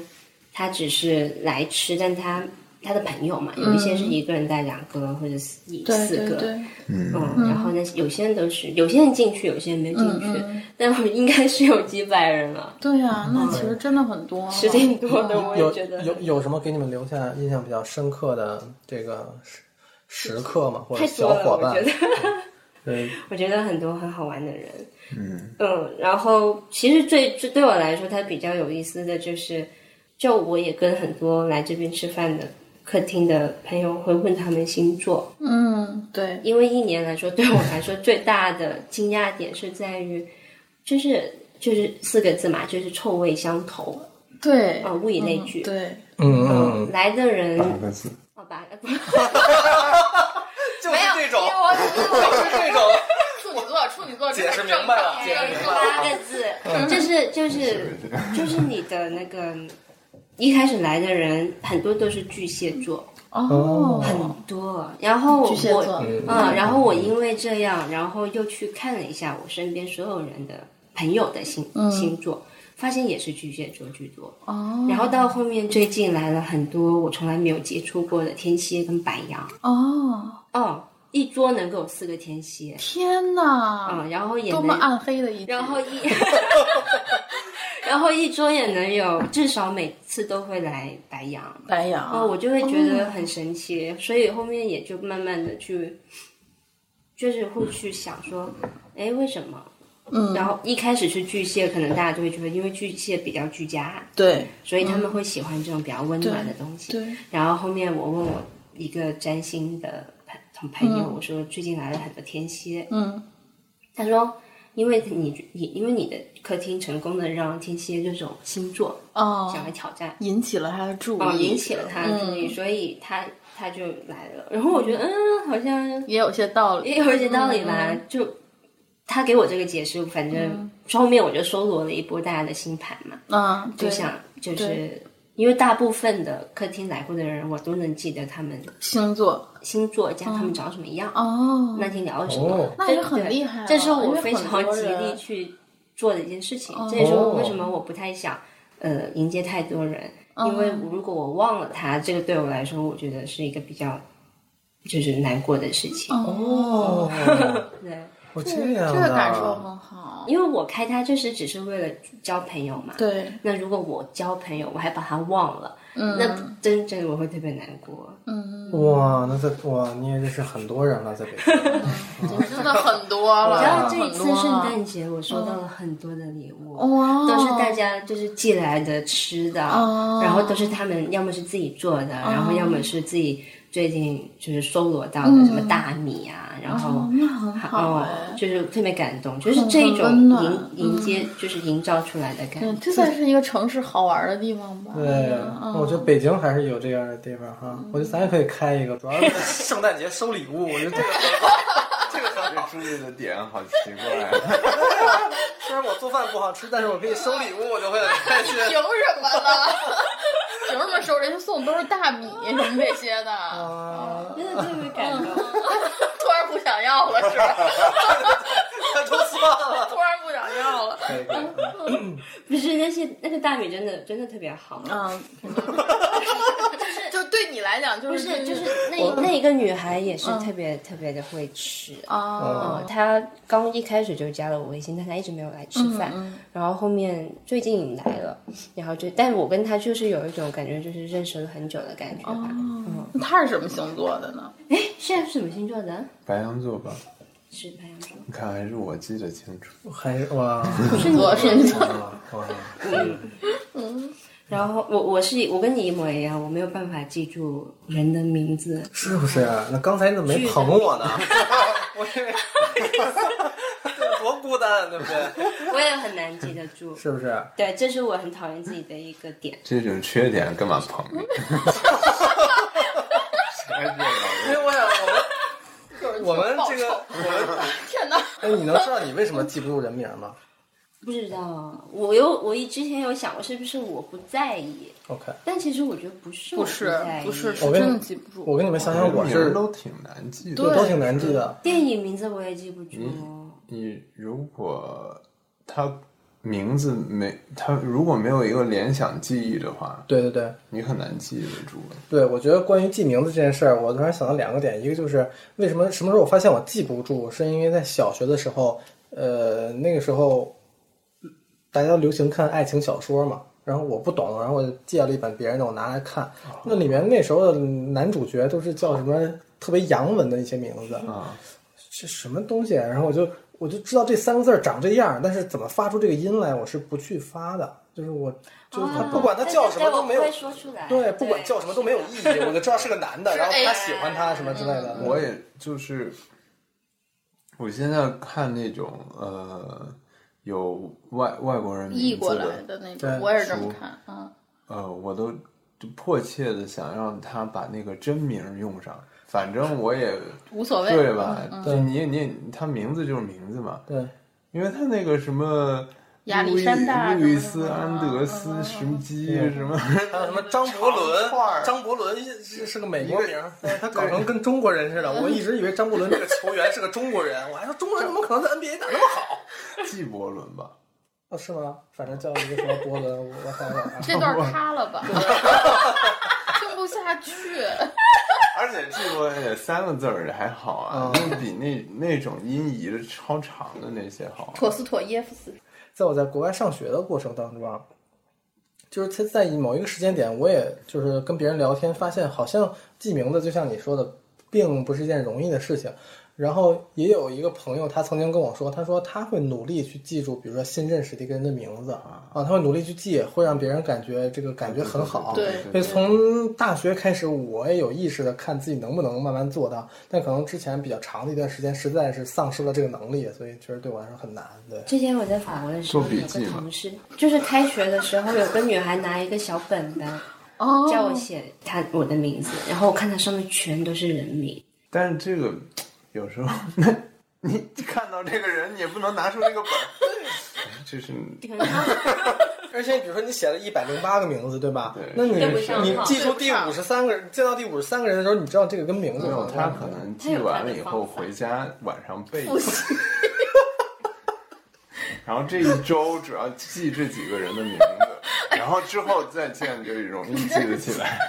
D: 他只是来吃，但他他的朋友嘛，有一些是一个人带两个或者四一
B: 嗯对
D: 四
B: 对
D: 个。
B: 对，
C: 嗯，
D: 嗯，然后那些有些人都是，有些人进去，有些人没有进去，
B: 嗯嗯
D: 但我应该是有几百人了，
B: 对啊，那其实真的很多，嗯
D: 十点多的，我
A: 有
D: 也觉得
A: 有有什么给你们留下印象比较深刻的这个时时刻吗？或者
D: 太
A: 小
D: 多了，
A: 伙
D: 我
A: 伴
D: 觉？得。
A: 对，
D: 我觉得很多很好玩的人，
C: 嗯
D: 嗯，然后其实最最对我来说，它比较有意思的就是，就我也跟很多来这边吃饭的客厅的朋友会问他们星座，
B: 嗯，对，
D: 因为一年来说，对我来说最大的惊讶点是在于，就是就是四个字嘛，就是臭味相投
B: 对，
D: 啊，物以类聚。
B: 嗯
D: 哦
B: 对，
A: 嗯
D: 嗯，
A: 嗯，
D: 来的人，
C: 八个字，
D: 好吧，
A: 就是这种
B: 因为，我
A: 就是这种，
B: 处女座，处女座
A: 解释明白了
B: 真
A: 解
B: 的
A: 释
B: 是
A: 明白了
D: 八个字，就是就是
C: 嗯
D: 就是你的那个一开始来的人，很多都是巨蟹座，
B: 哦，
D: 很多。然后
B: 巨蟹
D: 我
B: 座，
D: 嗯，然后我因为这样，然后又去看了一下我身边所有人的朋友的星、星座，发现也是巨蟹座居多。
B: 嗯哦，
D: 然后到后面最近来了很多我从来没有接触过的天蝎跟白羊，
B: 哦，
D: 哦，一桌能够有四个天蝎，
B: 天哪，
D: 嗯，然后也
B: 多么
D: 能，
B: 暗黑的一集，
D: 然后一， 然后一桌也能有至少每次都会来白羊，
B: 白羊，嗯
D: 哦，我就会觉得很神奇，所以后面也就慢慢的去，就是会去想说，哎，为什么？
B: 嗯
D: 然后一开始是巨蟹，可能大家就会觉得，因为巨蟹比较居家，
B: 对
D: 所以他们会喜欢这种比较温暖的东西。
B: 嗯对，
D: 然后后面我问我一个占星的朋同朋友，我说最近来了很多天蝎，
B: 嗯
D: 他说因为你你因为你的客厅成功的让天蝎这种星座
B: 哦，
D: 想来挑战，
B: 引起了他的注
D: 哦，
B: 意，
D: 引起了他的注意，
B: 嗯
D: 所以他他就来了。然后我觉得嗯，好像
B: 也有些道理，
D: 也有一些道理吧，
B: 嗯
D: 就。他给我这个解释，反正后面我就搜罗了一波大家的星盘嘛，
B: 嗯，
D: 就
B: 对，
D: 想就是
B: 对
D: 因为大部分的客厅来过的人，我都能记得他们
B: 星座，
D: 星座加他们长什么样，
B: 哦，
D: 那天聊了什么
A: 哦，
B: 那也很厉害了啊
D: 这是我
B: 因为
D: 非
B: 很
D: 常
B: 多
D: 极力
B: 人哦
D: 去做的一件事情，这也是为什么我不太想呃迎接太多人，
B: 哦
D: 因为如果我忘了他，这个对我来说，我觉得是一个比较就是难过的事情。
A: 哦，
D: 对，
A: 我这
B: 这
A: 样
B: 这个
A: 啊
B: 感受很好，
D: 因为我开他就是只是为了交朋友嘛。
B: 对，
D: 那如果我交朋友，我还把他忘了，那真正我会特别难过。
B: 嗯，
A: 哇，那在哇，你也认识很多人了，在北京。
B: 真的很多了，
D: 你知道这一
B: 很
D: 次
B: 多
D: 圣
B: 了
D: 诞节，我收到了很多的礼物。
B: 哇，
D: 都是大家就是寄来的吃的，
B: 哦
D: 然后都是他们要么是自己做的，然后要么是自己最近就是搜罗到的
B: 嗯
D: 什么大米啊，然后
B: 哦那很好
D: 哦
B: 哎，
D: 就是特别感动，就是这一
B: 很
D: 种
B: 温暖嗯
D: 迎迎接就是营造出来的感
B: 对，
D: 觉
B: 嗯这。算是一个城市好玩的地方吧？嗯
A: 对，那我觉得北京还是有这样的地方哈。我觉得咱也可以开一个，主要是圣诞节收礼物，我觉得这个很好。这个很
C: 这
A: 好。
C: 注意的点好奇怪，啊
A: 虽然我做饭不好吃，但是我可以收礼物，我就会很开心。
B: 凭什么呢？ 凭什么收人家送的都是大米什么这些的？
A: 啊，
D: 真的特别感 动，
B: 突然不想要了是吧？
A: 他都算了。
B: 突然不想要了。
A: 可以可以
D: 不是那些那个大米真的真的特别好，
B: 嗯， 就对你来讲，就
D: 不
B: 是
D: 是就是那一那一个女孩也
B: 嗯
D: 是特别特别的会吃，
B: 啊
D: 嗯，他刚一开始就加了我微信，但他一直没有来吃饭。然后后面最近来了，然后就，但我跟他就是有一种感觉，就是认识了很久的感觉吧。嗯，
B: 那他是什么星座的呢？
D: 哎，现在是什么星座的？
C: 白羊座吧？
D: 是白羊座。
C: 你看还是我记得清楚。
A: 还是哇
B: 处女座，处女座。
A: 哇哇！
D: 然后我我是我跟你一模一样，我没有办法记住人的名 字。
A: 是不是？那刚才你怎么没捧我呢？我以为多孤单，对不对？
D: 我也很难记得住。
A: 是不是？
D: 对，这是我很讨厌自己的一个点。
C: 这种缺点干嘛捧？ 还是
A: 因为我想我们。我们这个，我们
B: 天哪！
A: 哎，你能知道你为什么记不住人名吗
D: 不知道，我有我一之前有想过是不是我不在意，
A: ？OK，
D: 但其实我觉得不是我
B: 不
D: 不
B: 是
D: 在，意
B: 不是，
A: 我
B: 是
A: 跟你
B: 真的记不住。
A: 我
C: 哦
A: 跟你们想想，我
C: 名儿
A: 是
C: 都挺难记的。
A: 就都挺难记的。
D: 电影名字我也记不住
A: 嗯
D: 哦，
C: 你如果他名字没他如果没有一个联想记忆的话，
A: 对对对
C: 你很难记得住。
A: 对，我觉得关于记名字这件事儿，我突然想到两个点，一个就是为什么什么时候我发现我记不住，是因为在小学的时候，呃，那个时候大家都流行看爱情小说嘛，然后我不懂，然后我就借了一本别人的，我拿来看。那里面那时候的男主角都是叫什么特别洋文的一些名字，
C: 啊，
A: 是什么东西啊？然后我就我就知道这三个字儿长这样，但是怎么发出这个音来，我是不去发的。就是我，
D: 哦
A: 就是
D: 啊
A: 他不管他叫什么都没有，
D: 但是但我不会说出来。
A: 对，不管叫什么都没有意
D: 义。
A: 义，我就知道是个男的，
B: 是
A: 然后他
B: A
A: 喜欢他什么之类的。
B: 嗯
C: 我也就是，我现在看那种呃，有外外国人
B: 译
C: 名
B: 过
C: 字
B: 来
C: 的，
B: 的那
A: 对
B: 种，我也是这么
C: 熟
B: 看，嗯，
C: 呃，我都就迫切的想让他把那个真名儿用上，反正我也
B: 无所谓，
C: 对吧？
B: 嗯
C: 就
A: 对
C: 你也你也他名字就是名字嘛，
A: 对，
C: 因为他那个什么
B: 亚
C: 路
B: 历
C: 易
B: 山大
C: 路易
B: 什
C: 斯
B: 么的
C: 安德斯
B: 嗯
C: 什么基
A: 嗯
C: 什么，
A: 还有什么张伯伦
C: 长串儿？
A: 张伯伦是是个美国名儿，但是他搞成跟中国人似的。我一直以为张伯伦这个球员是个中国人，我还说中国人怎么可能在 NBA 打那么好？
C: 纪伯伦吧。
A: 哦，是吗？反正叫一个什么伯伦，我我想想啊。
B: 这段塌了吧，听不下 去，
C: 而且这个三个字儿还好啊，
A: 嗯
C: 就比那那种音译的超长的那些好。啊
B: 妥思妥耶夫斯，
A: 在我在国外上学的过程当中啊，就是他在某一个时间点，我也就是跟别人聊天，发现好像记名字就像你说的，并不是一件容易的事情。然后也有一个朋友，他曾经跟我说，他说他会努力去记住，比如说新认识的一个人的名字啊，他会努力去记，会让别人感觉这个感觉很好。
B: 对
A: 所以从大学开始，我也有意识的看自己能不能慢慢做到，但可能之前比较长的一段时间，实在是丧失了这个能力，所以确实对我来说很难。对，
D: 之前我在法国的时候，
C: 做笔
D: 有
C: 记
D: 个
C: 嘛
D: 同事，就是开学的时候，有个女孩拿一个小本本，
B: 哦
D: 叫我写她我的名字，然后我看她上面全都是人 名，
C: 但是这个有时候， 那你看到这个人，你也不能拿出这个本儿， 就是
A: 而且，比如说你写了一百零八个名字，对吧？
C: 对
A: 那你
D: 对不上
A: 你
D: 号
A: 记住第五十三个人，见到第五十三个人的时候，你知道这个跟名字
C: 没
A: 有
C: 有
A: 关
C: 他可能记完了以后回家晚上背，
B: 不行，
C: 然后这一周主要记这几个人的名 字，然后之后再见就容易记得起来。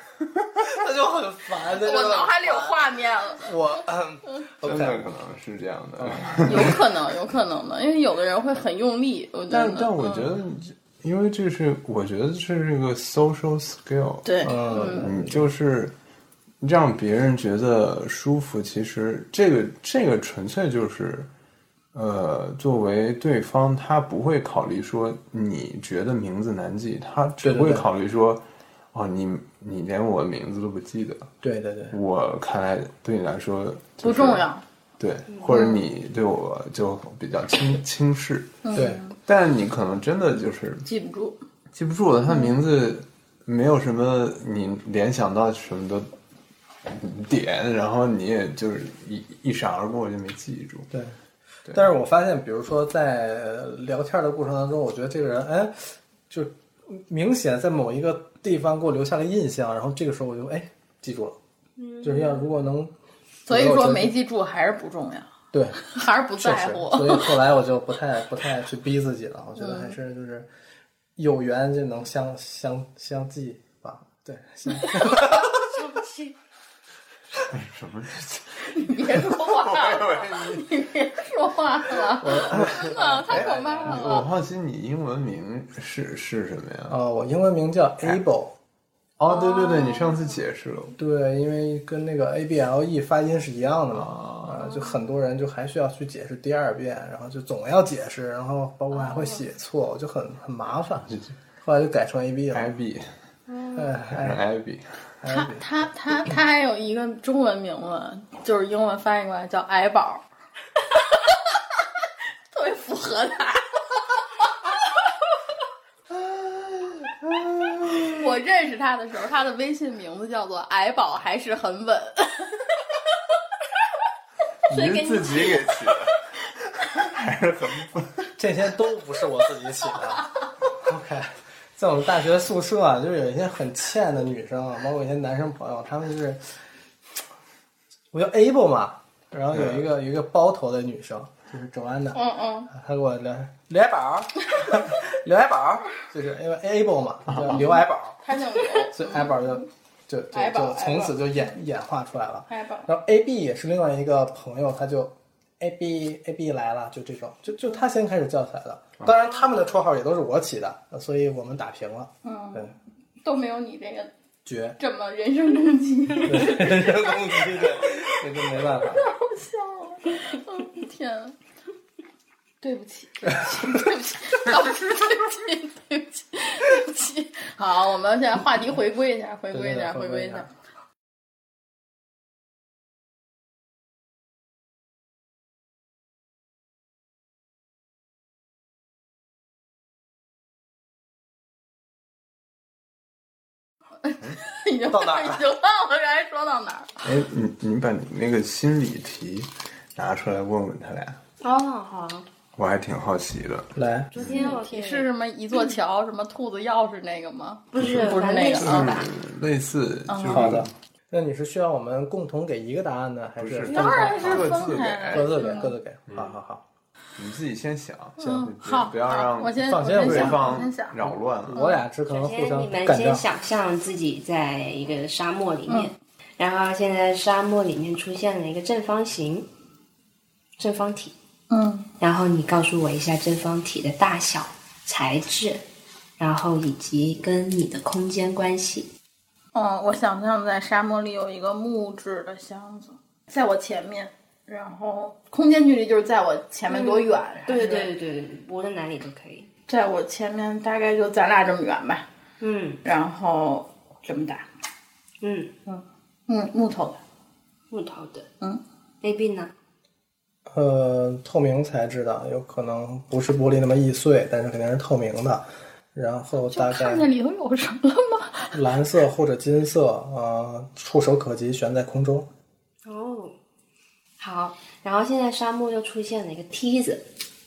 A: 他就很烦。他就
B: 我
A: 很
B: 脑海里有
A: 烦
B: 画面了。
A: 我 嗯
C: 真的
A: ，OK，
C: 可能是这样的。
B: 有可能，有可能的，因为有的人会很用力，我觉得
C: 但。但我觉得，因为这是我觉得这是一个 social skill，
B: 对
C: 嗯，就是让别人觉得舒服。其实这个这个纯粹就是，呃，作为对方，他不会考虑说你觉得名字难记，他只
A: 对对
C: 会
A: 对
C: 考虑说，哦，你你连我的名字都不记得，
A: 对对对，
C: 我看来对你来说、
B: 不重，要，
C: 对，或者你对我就比较轻轻视。
B: 嗯
A: 对
C: 但你可能真的就是
B: 记不住。
C: 记不住了，他名字没有什么你联想到什么的点，然后你也就是一一闪而过就没记住。
A: 对。但是我发现，比如说在呃聊天的过程当中，我觉得这个人，哎，就明显在某一个地方给我留下了印象，然后这个时候我就哎记住了，就是要如果能，
B: 所以
A: 我觉
B: 说
A: 得
B: 没记住还是不重要，
A: 对，
B: 还是不
A: 确
B: 在
A: 实，
B: 乎。 嗯
A: 所以后来我就不太不太去逼自己了。我觉得还是就是有缘就能相相相继吧。对， 相
C: 什么？
B: 你别说话了，你别说话了，真的太可怕
C: 我
B: 了。
C: 好奇你英文名是是什么呀？
A: 呃，我英文名 叫 Able，
C: 哦，对对对，你上次解释了。
A: 对，因为跟那个 A B L E 发音是一样的嘛。
C: 啊
B: 哦
A: 啊，就很多人就还需要去解释第二遍，然后就总要解释，然后包括还
B: 哦
A: 会写错，我就很很麻烦。后来就改成 A B 了。
C: ，Abby，
A: 哎，
C: Abby，
B: 他他他他还有一个中文名字，就是英文翻译过来叫矮宝， 特别符合他。 我认识他的时候，他的微信名字叫做矮宝，还是很稳。
C: 你是自己给起的，还是很
A: 这些都不是我自己起的。OK，在我们大学宿舍啊，就是有一些很欠的女生啊，包括一些男生朋友，他们就是，我叫 able 嘛，然后有一个有一个包头的女生，就是周安的，
B: 嗯嗯，
A: 她给我留刘爱 宝，刘爱宝，就是因为 able 嘛，叫刘爱宝，
B: 他姓刘，
A: 所以爱宝就就就
B: 爱宝
A: 就从此就演演化出来了。
B: 矮宝。
A: 然后 A B 也是另外一个朋友，他就 A B A B 来了，就这种，就就他先开始叫起来的。
C: 啊
A: 当然，他们的绰号也都是我起的，呃所以我们打平了。对
B: 嗯， 都没有你这个
A: 绝
B: 这么人身攻击。
A: 人身攻击，对，这就没办法。
B: 笑了，嗯，天啊，对不 起，对不起，对不起，老师，对不起，对不起，对不起。好，我们现在话题回归一下，回归一
A: 对对对
B: 下，回
A: 回归
B: 归一
A: 一下
B: 下。已经
A: 到哪儿了
B: 已经忘了刚才说到哪儿了。
C: 哎，你你把你那个心理题拿出来问问他俩，
D: 哦，好，
C: 我还挺好奇的。
A: 来，
D: 昨天我
B: 你是什么一座桥，什么兔子钥匙那个吗？
D: 不是
B: 不是
D: 反正
B: 那
D: 类
B: 个
D: 似
B: 啊
D: 吧？
C: 嗯，类似就是
A: 好的，那你是需要我们共同给一个答案呢，还
C: 不是嗯
B: 当然是
C: 各自
B: 分
C: 给
B: 开
A: 各
B: 的。
A: 自给各自给？好好好，
C: 你自己先想，
B: 嗯，
C: 别
B: 好，
C: 不要
B: 好
C: 让
B: 我先
A: 放
B: 我
A: 心
B: 先
C: 对
B: 想，我
C: 方
B: 先想。
C: 扰乱了。
A: 我俩只可能
D: 首
A: 互
D: 先，你
A: 相
D: 们
A: 干
D: 先
A: 掉。
D: 想象自己在一个沙漠里
A: 嗯
D: 面，然后现在沙漠里面出现了一个正方形、正方体，
B: 嗯，
D: 然后你告诉我一下正方体的大小、材质，然后以及跟你的空间关系。
B: 嗯，我想象在沙漠里有一个木质的箱子，在我前面，然后空间距离就是在我前面多远？
A: 嗯
B: 还是，
D: 对对，无论哪里都可以。
B: 在我前面大概就咱俩这么远吧，
D: 嗯
B: 然后这么大，
D: 嗯，
B: 嗯，木头的，
D: 木头的。
B: 嗯
D: ，A B 呢？
A: 呃，透明材质的，有可能不是玻璃那么易碎，但是肯定是透明的。然后大概呃
B: 看见里头有什么了吗？
A: 蓝色或者金色，呃，触手可及，悬在空中。
D: 哦，好。然后现在沙漠又出现了一个梯子，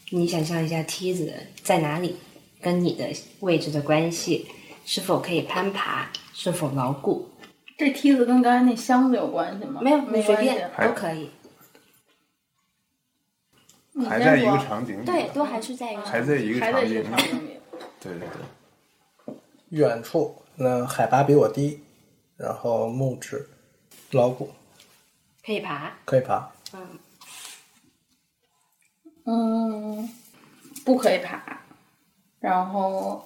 D: 你想象一下梯子在哪里，跟你的位置的关系，是否可以攀爬，是否牢固？
B: 这梯子跟刚才那箱子有关系吗？
D: 没有，
B: 没
D: 你随
B: 关系
D: 便都可以。
B: 你
C: 还
B: 先
C: 在一
B: 说
C: 个场景里，
D: 对，，都还是在一个
B: 嗯
C: 还在一个
B: 还在一
C: 场景
B: 个
C: 里
B: 场，景 里。
C: 对对对。
A: 远处，那海拔比我低，然后木质，老骨
D: 可以爬。
A: 可以爬。
D: 嗯，
B: 嗯，不可以爬，然后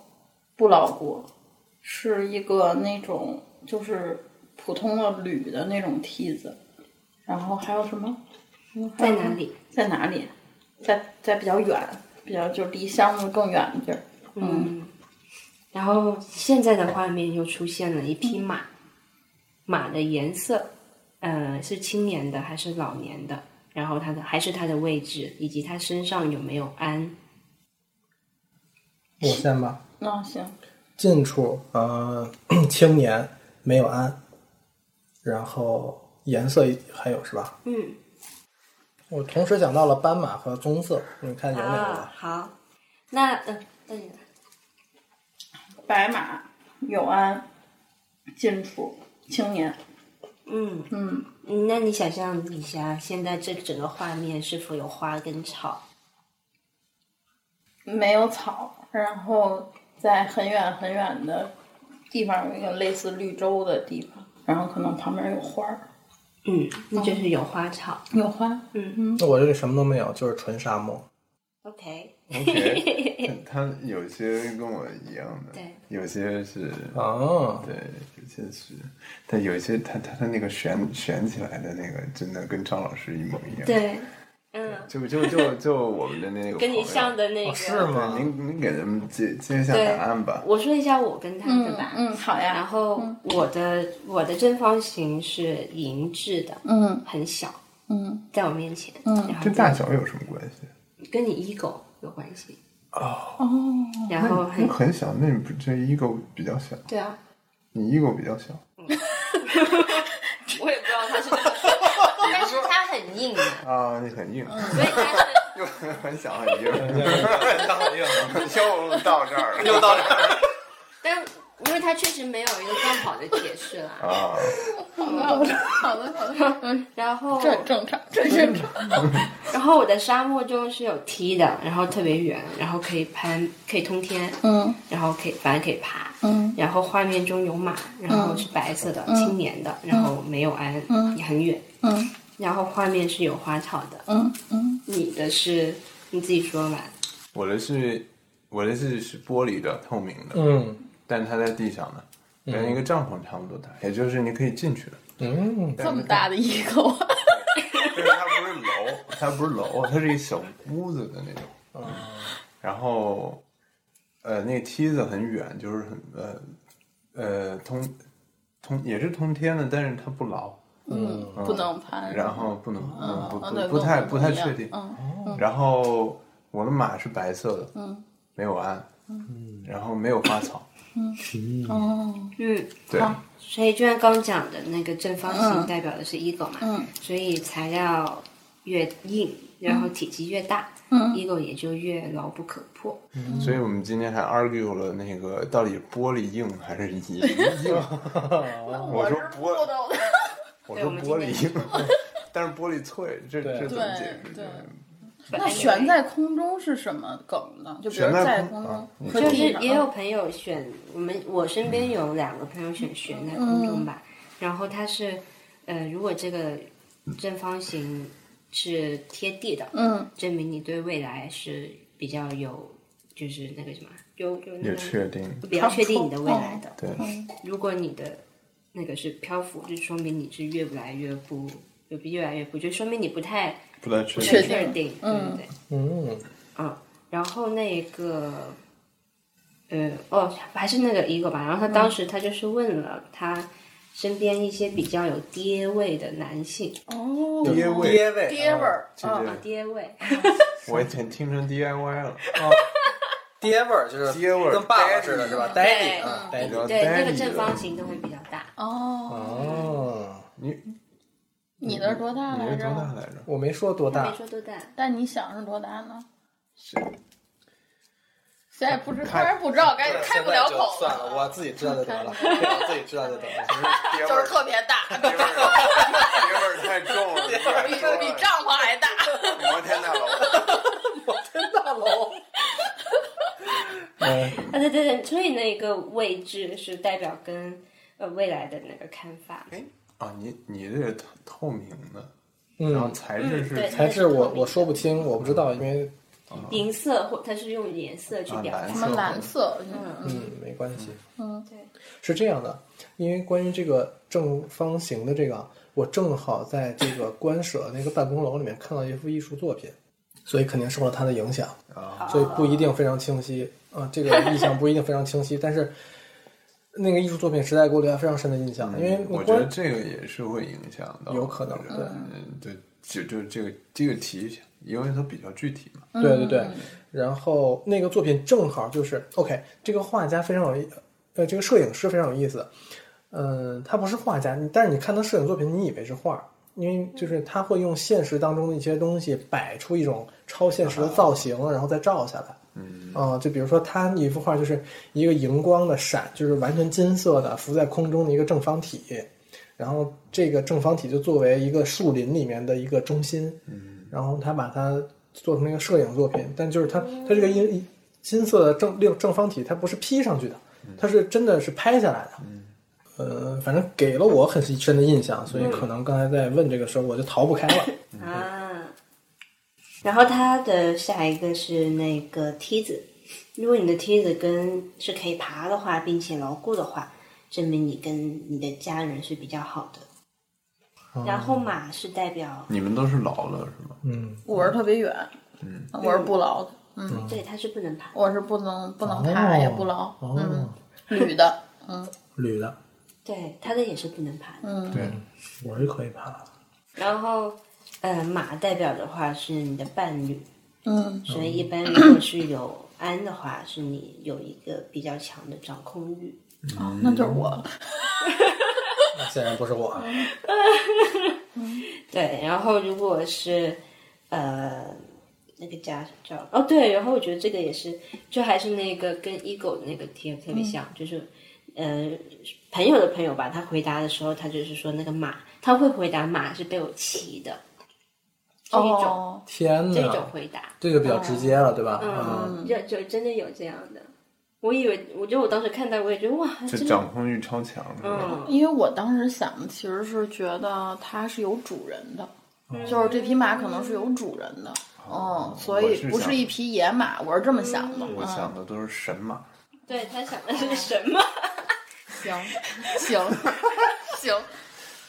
B: 不牢固，是一个那种就是普通的铝的那种梯子，然后还有什么？嗯
D: 在哪？里？
B: 还有什么在哪里？在在比较远，比较就离箱子更远的地儿。
D: 嗯。然后现在的画面又出现了一匹马，马的颜色，呃，是青年的还是老年的？然后它的还是它的位置，以及它身上有没有鞍？
A: 我先吧。
B: 那、行，
A: 近处，呃，青年没有安，然后颜色还有是吧？
D: 嗯
A: 我同时想到了斑马和棕色，你看有哪个
D: 啊
A: 吧？，
D: 好，那嗯，那你来
B: 白马有安，近处青年，
D: 嗯，
B: 嗯，
D: 嗯那你想象一下，现在这整个画面是否有花跟草？
B: 没有草，然后在很远很远的地方有一个类似绿洲的地方，然后可能旁边有花儿，
D: 嗯，那就是有花草。
B: 有花，
A: 那我这里什么都没有，就是纯沙漠。
D: OK，
C: OK，他有些跟我一样的，
D: 对，
C: 有些是，
A: 哦，
C: 对，有些是，但有些他他他那个旋旋起来的那个，真的跟张老师一模一样。，
D: 对，嗯，
C: 就就就就我们的那个
D: 跟你
C: 朋友
D: 像的那个。
A: 哦是吗
C: 对，您您给他们揭揭一下
D: 对
C: 答案吧。
D: 我说一下我跟他的吧。
B: 嗯，好
D: 然
B: 呀，
D: 后我的我的正方形是银质的，
B: 嗯
D: 很小，
B: 嗯，
D: 在我面前。
B: 嗯
D: 然后
C: 这大小有什么关系？
D: 跟你 ego 有关系，
B: 哦，
D: 然后很
C: 那很小，那你不这 ego 比较小，
D: 对啊，
C: 你 ego 比较小，
D: 我也不知道他是怎么说， 但是他很硬 啊，
C: 啊，你很硬，
D: 所以他是
C: 又很小很硬， 又到这儿了， 又
D: 但因为他确实没有一个更好的解释啦。
C: 啊，
B: 好的好的好的，嗯，
D: 然后，
B: 这很 正常，这 正常，
D: 然后我的沙漠中是有梯的，然后特别远，然后可以攀，可以通天，
B: 嗯
D: 然后可以反正可以爬。
B: 嗯
D: 然后画面中有马，然后是白色的、青年的，然后没有鞍，也很远。
B: 嗯
D: 然后画面是有花草的，
B: 嗯嗯，
D: 你的是你自己说吧。
C: 我的是我的是是玻璃的，透明的，
A: 嗯
C: 但它在地上呢，跟一个帐篷差不多大，也就是你可以进去的。
A: 嗯，
B: 啊这么大的一个，
C: 但是它不是它不是楼，它是一小屋子的那种。嗯，然后，呃，那梯子很远，就是很呃呃通通也是通天的，但是它不牢，
B: 嗯，不能攀。
C: 然后不能、嗯、不
B: 啊对
C: 不不
B: 跟
C: 太
B: 我们
C: 不太
B: 一样
C: 确定。
B: 嗯
C: 然后我的马是白色的，
B: 嗯，
C: 没有鞍，嗯，然后没有花草，
B: 哦，
D: 嗯，
C: 对，
D: 所以就像刚讲的那个正方
B: 嗯
D: 形代表的是 ego 嘛，
B: 嗯
D: 所以材料越硬，然后体积越大、
B: 嗯
D: e g o 也就越牢不可破。
C: 所以我们今天还 argue 了那个到底玻璃硬还 是泥硬， 我说
B: 是
C: 玻
B: 做 到的。
C: 哎我
D: 对
C: 说
D: 我们
C: 玻
D: 今
C: 璃
D: 天
C: 硬， 但是玻璃脆，这
A: 对
C: 这怎么
B: 对
C: 解释？
B: 对
D: 本来
B: 那
D: 以为
B: 悬在空中是什么梗呢？就比如
C: 悬在
B: 在
C: 空
B: 空
C: 啊
B: 中，
C: 你
B: 和
D: 就
B: 地
D: 是
B: 上
D: 也有朋友选我们，我身边有两个朋友选悬在空中吧，然后它是，呃，如果这个正方形是贴地的，
B: 嗯
D: 证明你对未来是比较有，就是那个什么，有有那
C: 有
D: 个
C: 确定，
D: 比较确定你的未来的。
C: 对，
B: 嗯
D: 如果你的那个是漂浮，就说明你是越来越不，就越来越不，就说明你不太
C: 不太确
B: 确定
C: 定。
D: 定，对对对。
A: 嗯，
D: 嗯，然后那个，呃，哦，还是那个一个吧。然后他当时他就是问了他身边一些比较有爹味的男性
B: 哦，
C: 爹味
A: 爹味，
B: 爹味儿，
C: 其
B: 嗯
D: 啊，
C: 实
D: 爹味，
C: 我以前听成 DIY 了，
A: 啊，爹味儿就是
C: 爹味儿
A: 跟爸爸似的，是吧？呆
D: 对
A: 里啊，呆
C: 你
A: 里。
B: 嗯
C: 知道
D: 对，那
C: daddy
D: 个正
C: 的
D: 方形都会比较大。
B: 哦，
A: 哦，
C: 你
B: 你的是多大
C: 你
B: 来
C: 是多大
B: 着？
C: 来着？
A: 我没说多
D: 没
A: 大，
D: 说多大，
B: 但你想是多大呢？
C: 是
B: 谁也不知，突
C: 看
B: 然不知道该哎开
A: 现
B: 不
A: 在
B: 了
A: 就
B: 口
A: 算了，我自己知道就得 了，我自己知道就得了。
C: 爹味
B: 就
C: 儿
B: 是特别大，
C: 爹味儿，爹味儿太重了，
B: 比比帐篷还大。
C: 摩天大楼。
A: 大楼，
D: 啊对对对，所以那个位置是代表跟呃未来的那个看法。
C: 哎，啊，你你这个透透明的，然后
A: 嗯，
C: 材质是啊
D: 嗯对
A: 材质我我说不清，我不知道，因为
D: 银色或它是用颜色去
C: 啊
D: 表
C: 蓝
B: 什
D: 达。
B: 么蓝色？嗯
A: 嗯没关系。
D: 对，
A: 是这样的，因为关于这个正方形的这个啊，我正好在这个官舍那个办公楼里面看到一幅艺术作品，所以肯定受了它的影响，
C: 啊，
A: 所以不一定非常清晰啊，这个意象不一定非常清晰，但是那个艺术作品实在给我留下非常深的印象，因为那
C: 嗯我觉得
A: 官
C: 这个也是会影响到，
A: 有可能
C: 我觉得嗯，对，就就这个这个题，因为它比较具体嘛，
A: 对对对，然后那个作品正好就是 OK，这个画家非常有意，呃，这个摄影师非常有意思。嗯，他不是画家，你但是你看他摄影作品，你以为是画，因为就是他会用现实当中的一些东西摆出一种超现实的造型，然后再照下来。
C: 嗯，
A: 啊、就比如说他一幅画就是一个荧光的闪，就是完全金色的浮在空中的一个正方体，然后这个正方体就作为一个树林里面的一个中心，嗯，然后他把它做成了一个摄影作品，但就是它
D: 嗯
A: 它这个银金色的正六正方体，它不是 P 上去的，它是真的是拍下来的，嗯，呃，反正给了我很深的印象，
D: 嗯
A: 所以可能刚才在问这个时候我就逃不开了，
B: 嗯
D: 啊，然后它的下一个是那个梯子，如果你的梯子跟是可以爬的话，并且牢固的话，证明你跟你的家人是比较好的。嗯
A: 啊
B: 嗯
D: 然后马是代表，
C: 你们都是老了是吗？
A: 嗯，
B: 我是特别远，
C: 嗯，
B: 我是不牢的，
D: 对，它是不能爬。
B: 我是不能不能
A: 哦
B: 爬也不牢，
A: 哦
B: 嗯，女的，嗯，
A: 捋的，
D: 对，它的也是不能爬的。
A: 嗯
C: 对，
A: 我是可以爬的，
D: 然后，呃，马代表的话是你的伴侣，
B: 嗯
D: 所以一般如果是有鞍的话，是你有一个比较强的掌控欲。
C: 嗯
B: 哦，那就是我了。
A: 那显然不是我，
D: 嗯对，然后如果是呃那个家叫哦对，然后我觉得这个也是，就还是那个跟 ego 那个贴特别
B: 嗯
D: 像，就是呃朋友的朋友吧，他回答的时候，他就是说那个马，他会回答马是被我骑的，这一种、
B: 哦，
A: 天
D: 这种
A: 哪，
D: 回答，
A: 这个比较直接了，对吧？嗯
D: 嗯，就就真的有这样的，我以为，我觉得我当时看到我也觉得哇，
C: 这
D: 真的，
C: 掌控欲超强是吧？
D: 嗯，
B: 因为我当时想的其实是觉得它是有主人的，就是这匹马可能是有主人的，嗯，所
C: 嗯哦我
B: 以
C: 是
B: 不是
C: 想
B: 一匹野马，我是这么想的。
C: 我
B: 嗯
C: 想的都是神马，
D: 对他想的是什么？
B: 行，行，行，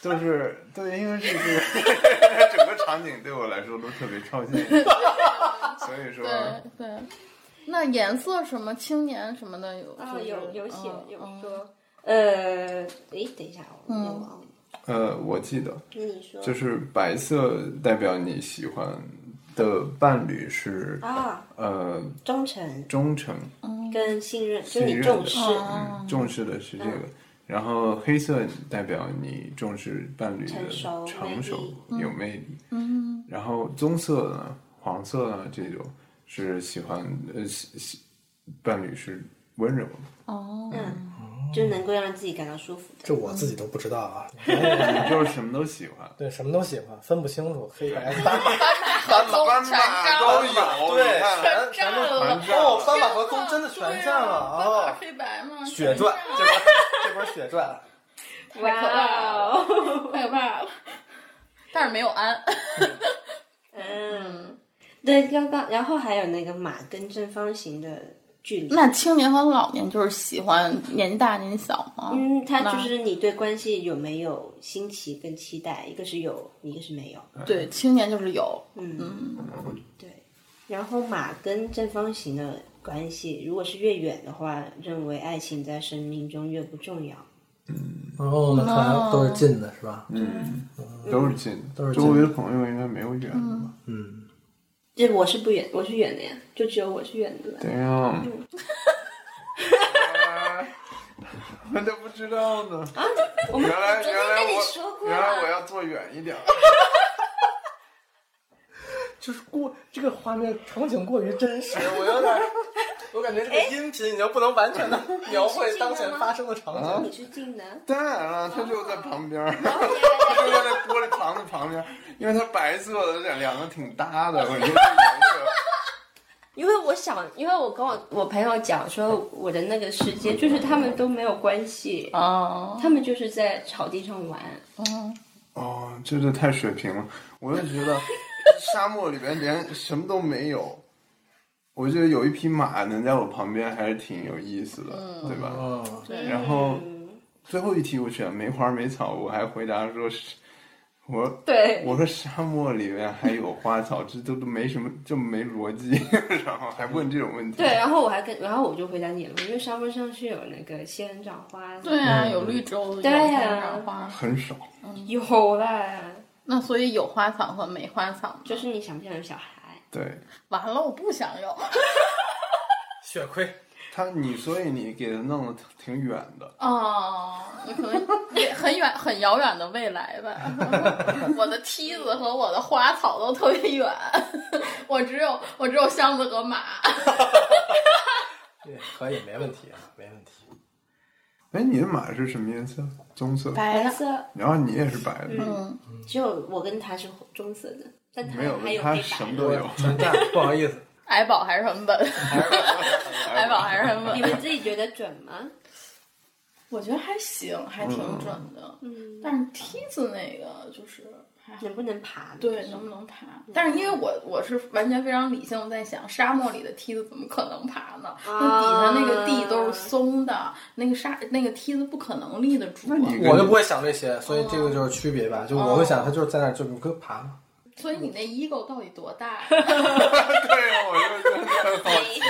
C: 就是对，因为是这个 整个场景对我来说都特别 超现实，所以说
B: 对对。那颜色什么青年什么的有
D: 啊、
B: 就是
D: 有有写
B: 嗯
D: 有
B: 嗯
D: 说，呃，诶，等一下，我有点忘了。
C: 呃，我记得
D: 那你说
C: 就是白色代表你喜欢的伴侣是
D: 啊，
C: 呃
D: 忠诚
C: 忠诚，
D: 跟信任，就是
C: 信
D: 你
C: 任
D: 重
C: 的
D: 视，
C: 嗯，重视的是这个。然后黑色代表你重视伴侣的
D: 成熟
C: 成
D: 魅
C: 熟
D: 力
C: 有魅力，嗯。然后棕色呢，黄色呢，这种是喜欢呃喜喜伴侣是温柔的，
B: 哦，
D: 嗯， 就能够让自己感到舒服的。
A: 这我自己都不知道啊。
D: 嗯
C: 你就是什么都喜 欢
A: 。对，什么都喜欢，分不清楚黑白斑
C: 斑
B: 马斑马都
C: 有
A: 对，
C: 对，
A: 哦全全都
B: 全
C: 占了
A: 哦，斑马和棕真的全占了
B: 对啊斑马
A: 哦，
B: 黑白嘛，
A: 血赚，这
B: 全
A: 波这波血赚，
B: 占了太可怕了，
D: 哦，
B: 太可怕 了。但是没有安，
D: 嗯，对，刚刚然后还有那个马跟正方形的距离，
B: 那青年和老年就是喜欢年纪大年纪小吗？
D: 嗯，它
B: 那
D: 就是你对关系有没有新奇跟期待，一个是有，一个是没有。
B: 对，青年就是有，
D: 嗯对，然后马跟正方形的关系，如果是越远的话，认为爱情在生命中越不重要。
A: 哦，那看来都是近的是吧？
C: 嗯，都是近
A: 都是
C: 的，
A: 近
C: 周围的朋友应该没有远的吧？
A: 嗯，
D: 这我是不远，我是远的呀，就只有我是远的了。
C: 怎样？
D: 嗯
C: 啊 我都不知道呢。
D: 啊我
C: 原
D: 们
C: 来原
D: 昨天跟
C: 来
D: 你说
C: 我
D: 过
C: 原来我
D: 了，
C: 要坐远一点。
A: 就是过这个画面场景过于真实，哎我有点，我感觉这个音频已经不能完全的描绘当前发生的场景。
D: 你是近的。
C: 当然了，他就在旁边儿，
D: 哦
C: 他就在那玻璃房子旁边儿，因为它白色的，两两个挺搭的，我觉得这颜色。
D: 因为我想，因为我跟我我朋友讲说，我的那个世界就是他们都没有关系，
B: 哦，
D: 他们就是在草地上玩。
C: 哦，真的太水平了！我就觉得沙漠里边连什么都没有。我觉得有一匹马能在我旁边还是挺有意思的，
D: 嗯
C: 对吧？
A: 哦，
C: 然后最后一题我选没花没草，我还回答说是，我
D: 对，
C: 我说沙漠里面还有花草，这都都没什么，这没逻辑， 然后还问这种问题。
D: 对，然后我还跟，然后我就回答你了，因为沙漠上是有那个仙人掌花的，
B: 对啊，有绿洲，
D: 对
B: 有
D: 啊
B: 天然花，
C: 很少，
D: 有啦，
B: 那所以有花草和没花草吗，
D: 就是你想不想有小孩？
C: 对
B: 完了，我不想有。
A: 血亏，
C: 他，你所以你给他弄得挺远的，
B: 哦，可能也很远、很遥远的未来吧。 我的梯子和我的花草都特别远， 我只有我只有箱子和马。
A: 对，可以，没问题啊，没问题。
C: 哎，你的马是什么颜色？棕色。
B: 白的，
D: 色，
C: 然后你也是白的。
B: 嗯，
D: 只有我跟他是棕色的，但他
C: 没有
D: 还有
C: 他
D: 黑
C: 什么
D: 白
C: 都
D: 的。
C: 有
A: 全占，不好意思，
B: 矮宝还是很 稳，矮宝还是很
D: 你
B: 稳。
D: 们自己觉得准吗？
B: 我觉得还行，还挺
A: 嗯
B: 准的。
D: 嗯，
B: 但是梯子那个就是还好。
D: 能不能爬？
B: 对，能不能爬？但是因为我我是完全非常理性，在想沙漠里的梯子怎么可能爬呢？那底下那个地都是松的，那个沙那个梯子不可能立得住啊。
C: 你
A: 我就不会想这些，所以这个就是区别吧。就我会想，他就是在那儿，就你可以爬嘛。
B: 所以你那 ego 到底多大啊 呀？
C: 对呀，我就真的好奇。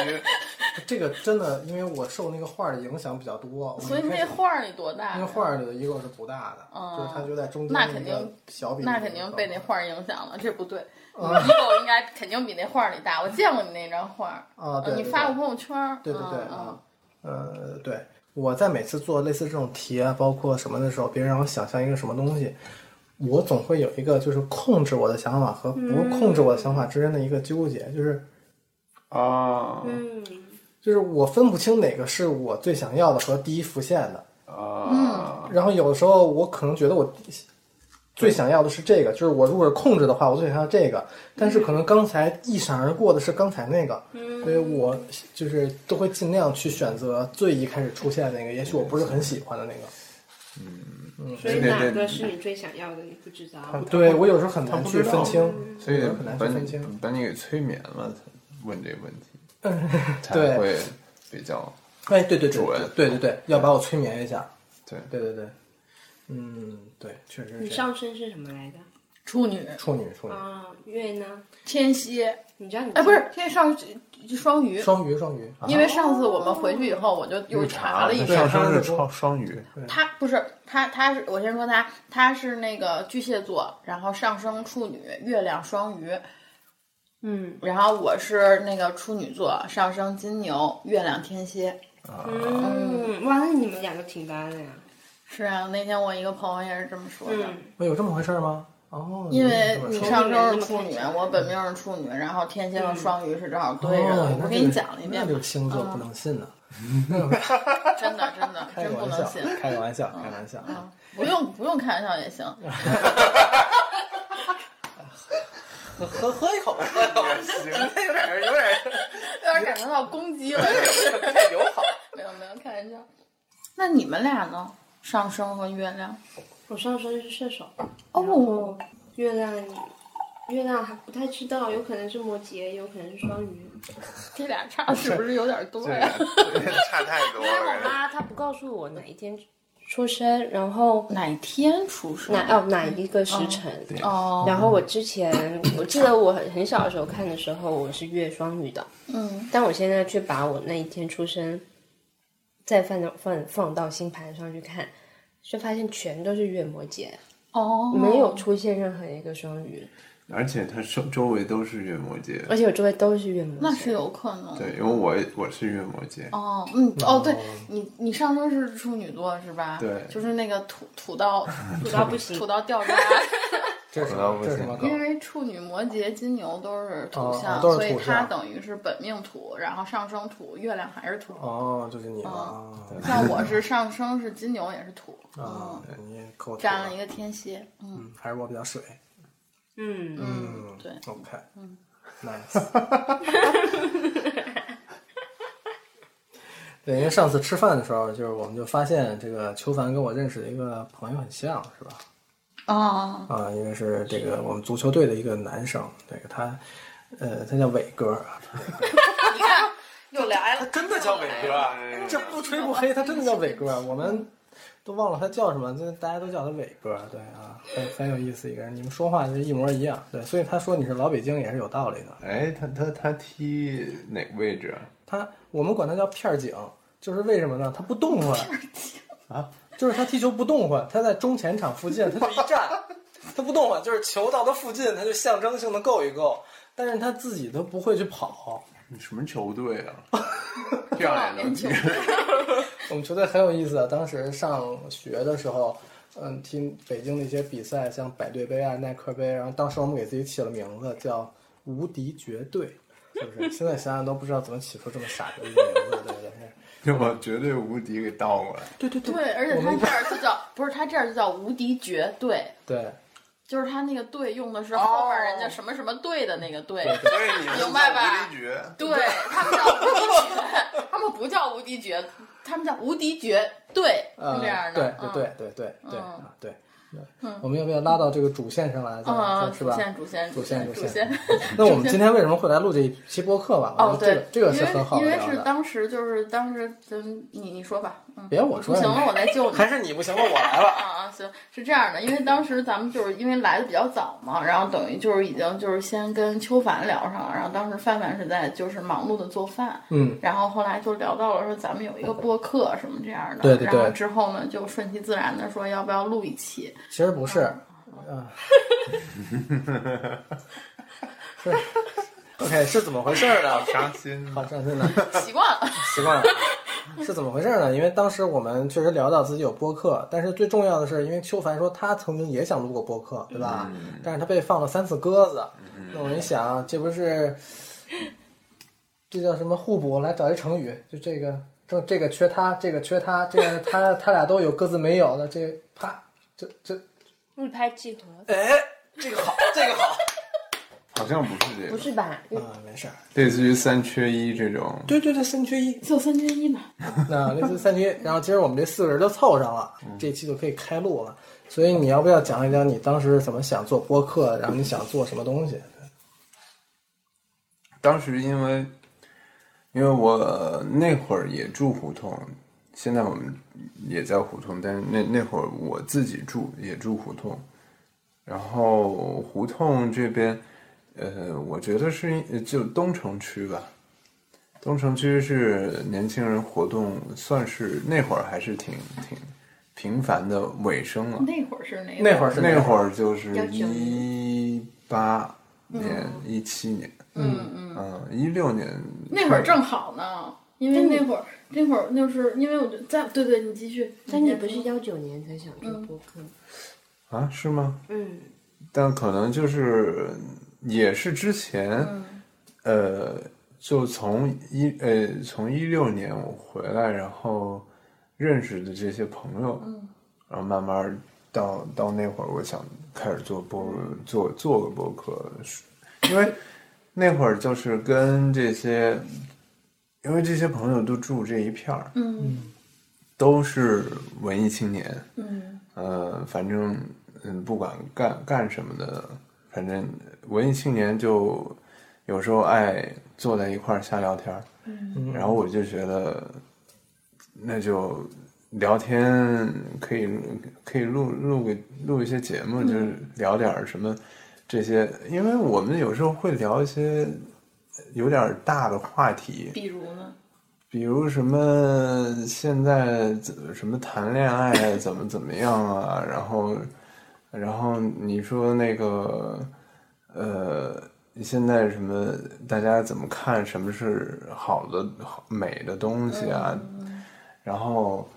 A: 这个真的，因为我受那个画儿的影响比较多，
B: 所以
A: 我一开
B: 那
A: 始
B: 画儿你多大呀？啊
A: 那个画儿里的 ego 是不大的，
B: 哦
A: 就是它就在中间
B: 那肯
A: 一个
B: 定
A: 小比例
B: 那
A: 的
B: 肯定
A: 地方
B: 被那画儿影响了，这不对。你
A: 啊
B: ego 应该肯定比那画儿里大。我见过你那张画儿，
A: 啊，对，
B: 呃你
A: 对
B: 发
A: 对
B: 过朋友圈儿。
A: 对对对
B: 嗯嗯
A: 啊，呃，对，我在每次做类似这种题啊，包括什么的时候，别人让我想象一个什么东西，我总会有一个就是控制我的想法和不控制我的想法之间的一个纠结，就是
C: 啊
D: 嗯，
A: 就是我分不清哪个是我最想要的和第一浮现的，
C: 啊！
A: 然后有的时候我可能觉得我最想要的是这个，就是我如果是控制的话，我最想要这个，但是可能刚才一闪而过的是刚才那个，所以我就是都会尽量去选择最一开始出现的那个，也许我不是很喜欢的那个。
C: 嗯
A: 嗯
D: 所以
C: 对
D: 哪
C: 对
D: 个
C: 对
D: 是你最想要的？你不知道。
A: 对我有时候很
C: 他
A: 难
C: 不
A: 去
C: 知道嗯
A: 分清，
C: 所以
A: 很难去
C: 把
A: 分
C: 你
A: 清。
C: 把你给催眠了，才问这个问题，才
A: 对
C: 会比较
A: 哎，对对对
C: 准
A: 对对对对，要把我催眠一下。
C: 对。
A: 对对对，嗯，对，确实
D: 你
A: 是这样。
D: 上身是什么来的？
B: 处女、
A: 处女，处女，
D: 啊，月呢？
B: 天蝎，
D: 你知道你
B: 哎，不是天蝎上双鱼，
A: 双鱼，双鱼，啊
B: 因为上次我们回去以后，我就又查了一
C: 他
A: 对
B: 遍。
C: 上升是双双鱼，
B: 他不是他，他是我先说他，他是那个巨蟹座，然后上升处女，月亮双鱼，
D: 嗯
B: 然后我是那个处女座，上升金牛，月亮天蝎。
D: 嗯，哇，那你们两个挺搭的呀。
B: 是啊，那天我一个朋友也是这么说的，
D: 嗯，
A: 我有这么回事儿吗？哦，
B: 因为你
A: 说。
B: 上周是处女，我本命是处女，然后天蝎和双鱼是正好对着的。
A: 哦，
B: 我
A: 那
B: 给
A: 这
B: 你
A: 个
B: 讲了一遍
A: 那
B: 吧
A: 这，个星座不能信呢，
B: 真的真的
A: 开
B: 真
A: 个
B: 不
A: 玩
B: 能
A: 笑
B: 信，，嗯
A: 开个玩笑，开个玩笑啊！
B: 不用不用开玩笑也行。
A: 喝喝喝一口吧，喝一口吧，行，有点有点
B: 有点感觉到攻击了，是不是
A: 太友好。
B: 没有没有开玩笑。 那你们俩呢？上升和月亮
D: 我上身是射手，
B: 哦，
D: 月亮，月亮还不太知道，有可能是摩羯，有可能是双鱼。
B: 这俩差的是不是有点多
C: 对
B: 呀？，
C: 差太多
D: 因为我
C: 了。
D: 妈她不告诉我哪一天出生，然后
B: 哪天出生？
D: 哪哦哪一个时辰。
B: 哦，
D: 然后我之前，我记得我很很小的时候看的时候，我是月双鱼的，
B: 嗯，
D: 但我现在去把我那一天出生再放到放放到星盘上去看，就发现全都是月摩羯，
B: 哦，
D: 没有出现任何一个双鱼，
C: 而且他周周围都是月摩羯，
D: 而且我周围都是月摩羯。
B: 那是有可能。
C: 对，因为我我是月摩羯，
B: 哦，嗯，哦，对你，你上升是处女座是吧？
C: 对
B: 就是那个土土到
D: 土到不行
B: 土到掉渣，
A: 这是什么这是什么梗
B: 因？为处女、摩羯、金牛都是土
A: 哦
B: 象，
A: 哦都是
B: 所以
A: 土
B: 它
A: 象
B: 等于是本命土，然后上升土，月亮还是土。
A: 哦，就是你了啊
B: 嗯像我是上升是金牛，也是土，
A: 啊！你也够
B: 占了一
A: 个，
B: 个天蝎。嗯，
A: 嗯，还是我比较水。
D: 嗯嗯，
A: 嗯
B: 对
A: ，OK，嗯，nice。对，因为上次吃饭的时候，就是我们就发现这个邱凡跟我认识的一个朋友很像，是吧？
B: 哦，
A: 啊，因为是这个我们足球队的一个男生，这个他，呃，他叫伟哥，
B: 你看又来了，
A: 真的叫伟哥，啊哎这不吹不黑，他真的叫伟哥，啊我们都忘了他叫什么，这大家都叫他伟哥，对啊，很很有意思一个人，你们说话就一模一样，对，所以他说你是老北京也是有道理的。
C: 哎，他他他踢哪个位置啊？
A: 他我们管他叫片儿警，就是为什么呢？他不动换啊，就是他踢球不动换，他在中前场附近，他就一站，他不动换，就是球到他附近，他就象征性的够一够，但是他自己都不会去跑。
C: 你什么球队啊？漂亮的踢，
A: 我们球队很有意思啊，当时上学的时候，嗯，听北京的一些比赛，像百队杯啊、耐克杯，然后当时我们给自己起了名字叫“无敌绝队”，是不是？现在想想都不知道怎么起出这么傻的一个名字，对不对？
C: 就把绝对无敌给倒过来。
A: 对对
B: 对，而且他这儿就叫不是他这儿就叫无敌绝对，
A: 对，
B: 就是他那个队用的是后面人家什么什么队的那个队。
C: 所以你
B: 明白吧
C: 敌绝，
B: 对他们叫无敌绝，他们不叫无敌绝，他们叫无敌绝对，
A: 呃
B: 是这样
A: 对
B: 的。嗯
A: 对
B: 对
A: 对对对对啊对。对我们要不要拉到这个主线上来？
B: 嗯，
A: 是
B: 主
A: 吧？
B: 线主线
A: 主线
B: 线
A: 主
B: 主
A: 线。那我们今天为什么会来录这一期播客吧？
B: 哦，
A: 我觉
B: 对
A: 得，这个这个
B: 因为
A: 是很好
B: 因为
A: 聊
B: 是
A: 的。
B: 当时就是当时，嗯，你你说吧，嗯，
A: 别我
B: 不
A: 说
B: 行
A: 你，
B: 了，我再救你。
A: 还是你不行了，我来 了。
B: 啊啊，行，是这样的，因为当时咱们就是因为来的比较早嘛，然后等于就是已经就是先跟秋凡聊上了，然后当时范范是在就是忙碌的做饭，
A: 嗯，
B: 然后后来就聊到了说咱们有一个播客什么这样的，
A: 对对对
B: 然后之后呢就顺其自然的说要不要录一期，
A: 其实不是，啊， 是 OK 是怎么回事儿呢？
C: 伤心
A: 好
C: 了。
A: 伤心呢，
B: 习惯了，
A: 习惯了。 是怎么回事儿呢？因为当时我们确实聊到自己有播客，但是最重要的是，因为邱凡说他曾经也想录过播客，对吧？但是他被放了三次鸽子。那我一想，这不是这叫什么互补？来找一成语，就这个这这个缺他，这个缺他，这个他他俩都有，各自没有的，这啪，这这
D: 日拍即合，
A: 哎，这个好，这个好。
C: 好像不是这
D: 不
C: 个，
D: 是吧？
A: 啊，没事儿。
C: 类似于三缺一这种。
A: 对对对，三缺一，
B: 就三缺一嘛，
A: 那类似三缺一。然后今儿我们这四个人都凑上了，
B: 嗯
A: 这期就可以开录了。所以你要不要讲一讲你当时怎么想做播客，然后你想做什么东西？
C: 当时因为因为我那会儿也住胡同，现在我们也在胡同，但是那那会儿我自己住也住胡同，然后胡同这边，呃，我觉得是呃就东城区吧，东城区是年轻人活动算是那会儿还是挺挺频繁的尾声了。
B: 那会儿是哪？
A: 那会儿是
C: 那会儿就是
D: 要九
C: 一八年、一七年，
B: 嗯嗯。
C: 嗯，一六年
B: 那会儿正好呢，因为那会儿那会儿就是因为我就在对对，你继续。
D: 但你不
B: 先
D: 是
B: 说
D: 幺九年才想做播客？
C: 啊，是吗？
D: 嗯，
C: 但可能就是也是之前，呃，就从一呃从一六年我回来，然后认识的这些朋友，然后慢慢儿到到那会儿，我想开始做播做做个播客，因为那会儿就是跟这些，因为这些朋友都住这一片儿，
B: 嗯
C: 都是文艺青年，
B: 嗯
C: 呃，反正嗯，不管干干什么的，反正文艺青年就有时候爱坐在一块儿瞎聊天儿。
B: 嗯
C: 然后我就觉得，那就聊天可以可以录录个录一些节目，就是
B: 嗯
C: 聊点儿什么这些，因为我们有时候会聊一些有点儿大的话题，
B: 比如呢？
C: 比如什么现在怎什么谈恋爱啊怎么怎么样啊，然后，然后你说那个，呃，现在什么大家怎么看什么是好的好美的东西啊？然后，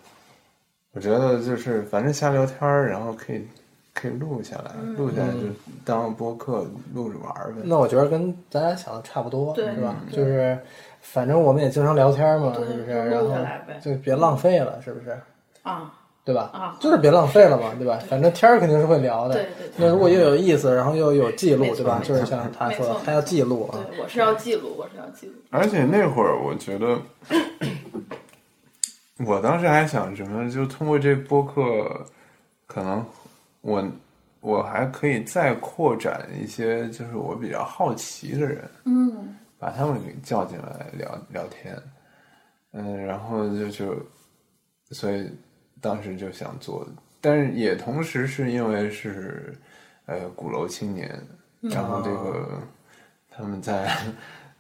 C: 我觉得就是反正瞎聊天儿，然后可以可以录下来，录下来就当个播客录着玩儿呗。
A: 那我觉得跟咱俩想的差不多，
B: 对
A: 是吧？
B: 嗯对
A: 就是反正我们也经常聊天嘛，
B: 对
A: 是不是？
B: 就录
A: 然后
B: 下来呗
A: 就别浪费了，是不是？
B: 啊，
A: 对吧？
B: 啊
A: 就是别浪费了嘛，对吧？反正天儿肯定是会聊的。
B: 对对对
A: 那如果又有意思，然后又有记录
B: 没，错
A: 对吧？
B: 没
A: 就
B: 错
A: 是像他
B: 没
A: 说
B: 错
A: 的，他要记录啊。
B: 对，我是要记录，我是要记录。
C: 而且那会儿我觉得，我当时还想什么，就通过这播客，可能我我还可以再扩展一些，就是我比较好奇的人，
B: 嗯
C: 把他们给叫进来聊聊天，嗯，然后就就，所以当时就想做，但是也同时是因为是，呃，鼓楼青年，
B: 嗯
C: 然后这个、
B: 哦
C: 他们在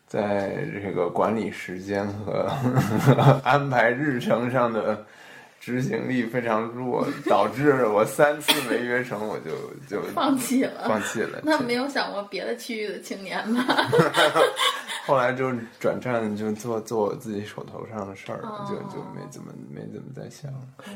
C: 在这个管理时间和 安排日程上的。执行力非常弱，导致我三次没约成，我就就
B: 放弃了
C: 放弃了。
B: 那
C: 这
B: 没有想过别的区域的青年吗？
C: 后来就转战，就做做我自己手头上的事儿
B: 哦
C: 了，就就没怎么没怎么再想。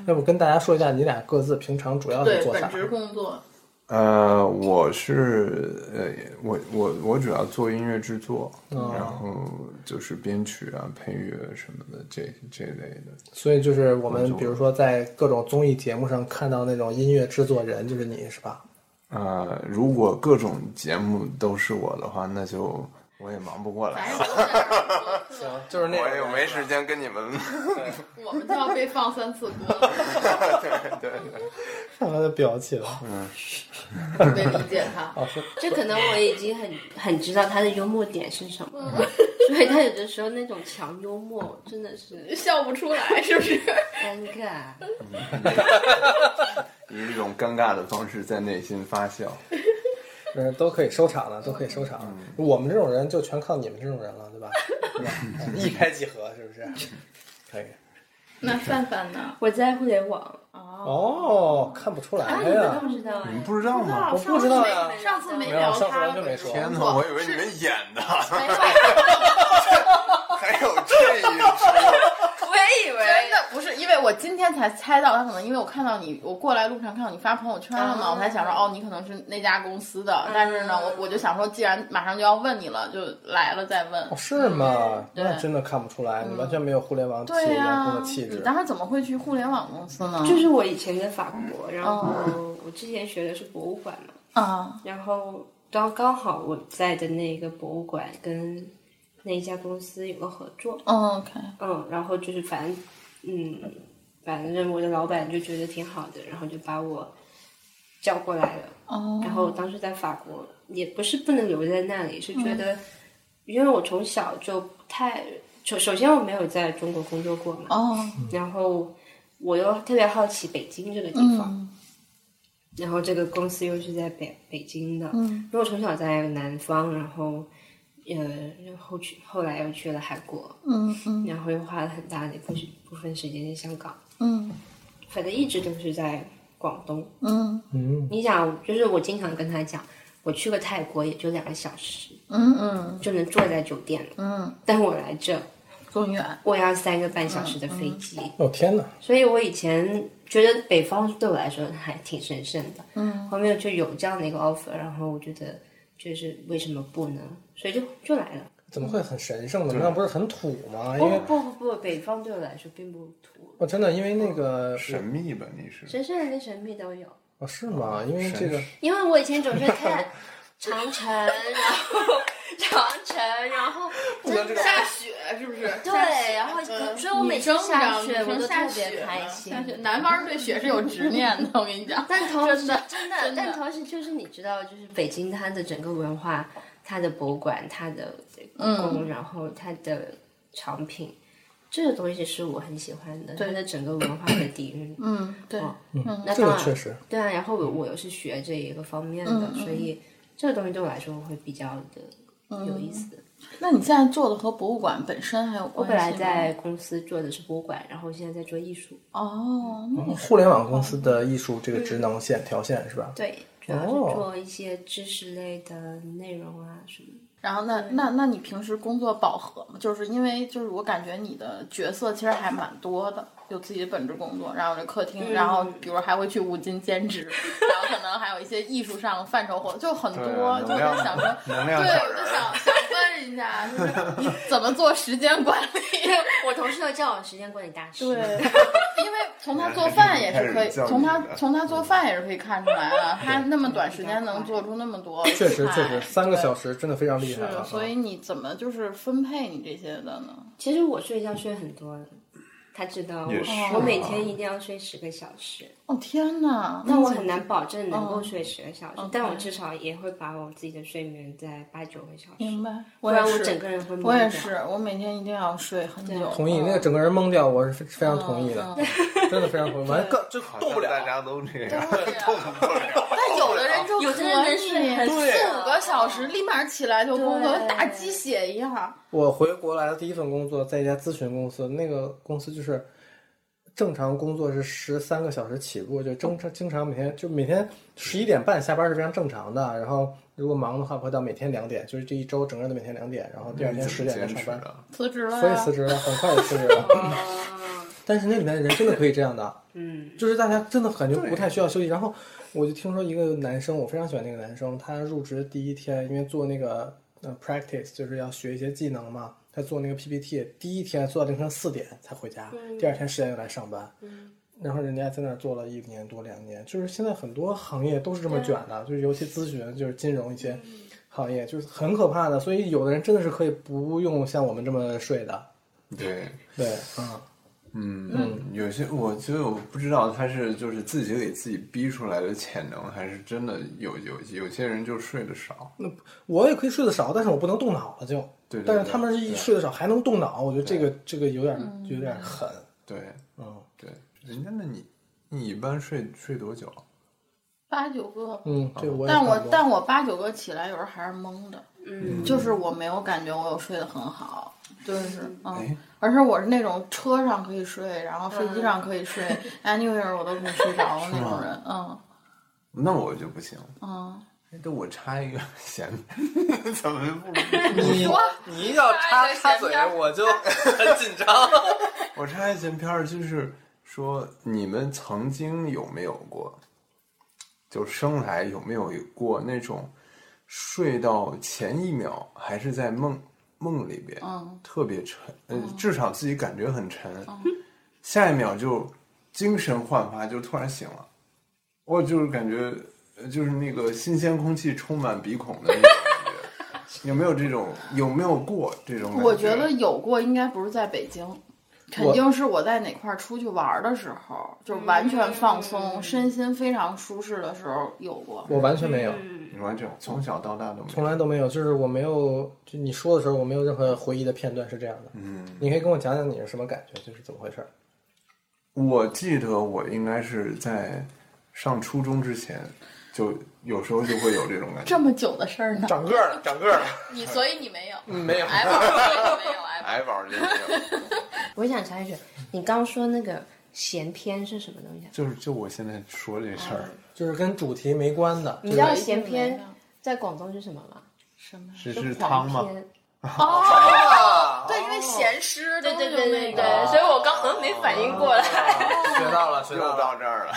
A: 要不跟大家说一下，你俩各自平常主要是
B: 对，
A: 做
B: 本
A: 啥？
B: 职工作。
C: 呃，我是呃，我我我主要做音乐制作，然后就是编曲啊、配乐什么的这这类的。
A: 所以就是我们，比如说在各种综艺节目上看到那种音乐制作人，就是你是吧？
C: 呃，如果各种节目都是我的话，那就我也忙不过
B: 咱
C: 来
B: 也
C: 了，
B: 不在这儿说
A: 行，啊就是那
C: 我
A: 个
C: 也没时间跟你们。
B: 我 们就要被放三次锅了，
A: 看他的表情，
B: 没理解他。
D: 就可能我已经很很知道他的幽默点是什么了，所以他有的时候那种强幽默真的是
B: 笑不出来，是不是？
D: 尴尬。
C: 以这种尴尬的方式在内心发笑，
A: 嗯，都可以收场了，都可以收场了。我们这种人就全靠你们这种人了，对 吧？对吧？嗯一拍即合，是不是？ 可以。
B: 那范范呢？
D: 我在互联网，
A: 哦，
B: 哦，
A: 看不出来
D: 啊，你们
A: 呀
D: 都。不知道啊
C: 你？们不知道吗？
A: 我不知道呀
B: 上次没
A: 没有
B: 聊
A: 上次
B: 他
A: 咱就没说
C: 天
B: 哪，
C: 哪，我以为你们演的，
B: 没有
C: 还有这一出。
D: 我也以
B: 真的不是，因为我今天才猜到，他可能因为我看到你，我过来路上看到你发朋友圈了嘛，
D: 啊
B: 我才想说，哦，你可能是那家公司的。但是呢，我我就想说，既然马上就要问你了，就来了再问
A: 哦，。是吗？
B: 对
A: 那真的看不出来，你完全没有互联网企
B: 对
A: 业
B: 呀、
A: 员工的气
B: 你
A: 质。
B: 当时怎么会去互联网公司呢？
D: 就是我以前在法国，然后我之前学的是博物馆嘛，
B: 啊，
D: 然后刚刚好我在的那个博物馆跟那一家公司有个合作，
B: 嗯，OK，
D: 嗯，然后就是反正嗯，反正我的老板就觉得挺好的，然后就把我叫过来了。
B: 哦，
D: 然后当时在法国
B: 嗯
D: 也不是不能留在那里，是觉得因为我从小就不太首首先我没有在中国工作过嘛，
B: 哦，
D: 然后我又特别好奇北京这个地方，
B: 嗯
D: 然后这个公司又是在北北京的，
B: 嗯
D: 因为我从小在南方，然后呃，后去后来又去了韩国，
B: 嗯嗯
D: 然后又花了很大的一部部分时间在香港，
B: 嗯
D: 反正一直都是在广东。
B: 嗯
A: 嗯，
D: 你想，就是我经常跟他讲，我去过泰国也就两个小时
B: 嗯嗯
D: 就能坐在酒店了，
B: 嗯，
D: 但我来这
B: 更远，
D: 我要三个半小
B: 嗯
D: 时的飞机，
A: 哦天哪，
D: 所以我以前觉得北方对我来说还挺神圣的。
B: 嗯，
D: 后面就有这样的一个 offer，然后我觉得就是为什么不呢？所以就就来了。
A: 怎么会很神圣呢？那不是很土吗？因
D: 不
A: 为哦
D: 不不不，北方对我来说并不土，
A: 我真的因为那个
C: 神秘吧？你是
D: 神圣人跟神秘都有。
A: 哦是吗？因为这个
D: 因为我以前总是看长城，然后长城，然后真的
B: 下雪是不是？嗯
D: 对，然后所以我每次下雪我都
B: 下
D: 特别开心
B: 下。雪，南方人对雪是有执念的，我跟你讲。
D: 但同时
B: 真的
D: 真的
B: 真的
D: 但同时就是你知道，就是北京它的整个文化，它的博物馆，它的故
B: 嗯
D: 宫，然后它的藏品，这个东西是我很喜欢的，它的整个文化的底蕴。
B: 嗯，对，
D: 哦那
A: 嗯这
D: 当
A: 个
D: 然
A: 确实
D: 对啊，然后我我又是学这一个方面的，
B: 嗯嗯
D: 所以这个东西对我来说会比较的有
B: 嗯
D: 意思。
B: 那你现在做的和博物馆本身还有
D: 我
B: 关系
D: 本
B: 吗？
D: 来在公司做的是博物馆，然后现在在做艺术。
B: 哦，那你
A: 互联网公司的艺术这个职能线条线是吧？
D: 对，主要是
A: 哦
D: 做一些知识类的内容啊什么的。
B: 然后那那那你平时工作饱和吗？就是因为就是我感觉你的角色其实还蛮多的，有自己的本职工作，然后有客厅，然后比如还会去五金兼职，然后可能还有一些艺术上范畴活，就很
C: 对
B: 多，
C: 啊
B: 就
C: 能量
B: 是想说。对，
C: 能量
B: 我
C: 小人
B: 就
C: 儿
B: 想想问一下，就是你怎么做时间管理？
D: 我同事都叫我时间管理大师。
B: 对， 因为从他做饭也 是可以，从他从他做饭也是可以看出来的，他那么短时间能做出那么多菜，
A: 确实确实，三个小时真的非常厉害啊
B: 是，
A: 了。
D: 嗯
B: 所以你怎么就是分配你这些的呢？
D: 其实我睡觉睡很多的，他知道
C: 也是啊
D: 我，我每天一定要睡十个小时，
E: 嗯
B: 哦天哪，
D: 但我
B: 怎
D: 很
B: 么
D: 难保证能够睡十个小时，
B: 嗯
D: 但我至少也会把我自己的睡眠在八九个小
B: 明
D: 时，
B: 白，
D: 不
B: 也
D: 然啊我
B: 是，
D: 整个人会懵
B: 我也
D: 掉啊
B: 是，我每天一定要睡很久。
A: 同意，那个整个人懵掉，我是非常同意的，
B: 嗯嗯
A: 真的非常 同意。完，更就动不了，
C: 大家都这样，
B: 对啊
C: 动不 了。
B: 但有的人就
D: 有的人能睡很
E: 哦
B: 四
D: 对
B: 五个小时，立马起来就工作，
D: 对
B: 打鸡血一样。
A: 我回国来的第一份工作在一家咨询公司，那个公司就是正常工作是十三个小时起步，就经常经常每天就每天十一点半下班是非常正常的。然后如果忙的话，会到每天两点，就是这一周整个都每天两点，然后第二天十点再
C: 嗯坚
A: 上
C: 持
A: 班。
C: 啊的，
B: 辞职了呀，
A: 所以辞职了，很快就辞职了。
B: 嗯
D: 啊
A: 但是那里面的人真的可以这样的，
D: 嗯，
A: 就是大家真的感觉不太需要休息。然后我就听说一个男生，我非常喜欢那个男生，他入职第一天，因为做那个呃 practice 就是要学一些技能嘛，他做那个 PPT，第一天做到凌晨四点才回家，第二天十点就来上班。然后人家在那儿做了一年多两年，就是现在很多行业都是这么卷的，就是尤其咨询，就是金融一些行业，就是很可怕的。所以有的人真的是可以不用像我们这么睡的，
C: 对。
A: 对，嗯，
C: 嗯，有些我就不知道他是就是自己给自己逼出来的潜能，还是真的有有有些人就睡得少。
A: 我也可以睡得少，但是我不能动脑了就。
C: 对对
A: 但是他们是
C: 对
A: 一
C: 对
A: 睡得少还能动脑，我觉得这个这个有点
B: 嗯
A: 有点狠。
C: 对
A: 嗯
C: 对，人家那你你一般睡睡多久？啊
B: 八九个。
A: 嗯，这个我也
B: 但
A: 差
B: 我
A: 不多
B: 但我八九个起来，有时候还是懵的，嗯，就是我没有感觉我有睡得很好，就是嗯
C: 哎，
B: 而且我是那种车上可以睡，然后飞机上可以睡，anywhere 我都可以睡着的那种人，嗯
C: 那我就不行。
B: 嗯，
C: 哎对，我插一个闲， 怎么不？
A: 你你要插插嘴，我就很紧张。
C: 我插一闲篇儿，就是说你们曾经有没有过，就生来有没有过那种睡到前一秒还是在梦梦里边，
B: 嗯
C: 特别沉，呃，至少自己感觉很沉，下一秒就精神焕发，就突然醒了。我就是感觉，呃就是那个新鲜空气充满鼻孔的那种感觉。有没有这种？有没有过这种感
B: 我觉得有过，应该不是在北京，肯定是我在哪块儿出去玩儿的时候，就完全放松，身心非常舒适的时候有过。
A: 我完全没有，
B: 嗯
C: 你完全从小到大都没有
A: 从来都没有，就是我没有，就你说的时候，我没有任何回忆的片段是这样的。
C: 嗯，
A: 你可以跟我讲讲你是什么感觉，就是怎么回事儿？
C: 我记得我应该是在上初中之前，就有时候就会有这种感觉
B: 这，么久的事儿呢？
C: 长个儿了，长个儿了，
B: 你所以你没有，
C: 没有，
B: 哎，没有，哎，
C: 矮宝就没有，
D: 我想插一句，你刚说那个闲篇是什么东西啊？
C: 就是就我现在说这事儿
A: 就是跟主题没关的，
B: 嗯
D: 你知道
A: 就是
D: 闲篇在广东是什么吗？
B: 什么？
C: 是
D: 就是黄
C: 汤吗？
D: 篇
B: 哦，对，因为闲诗，
E: 对对对对对，
C: 哦
E: 所以我刚好像没反应过来。
A: 学到了，学
C: 又到这儿了，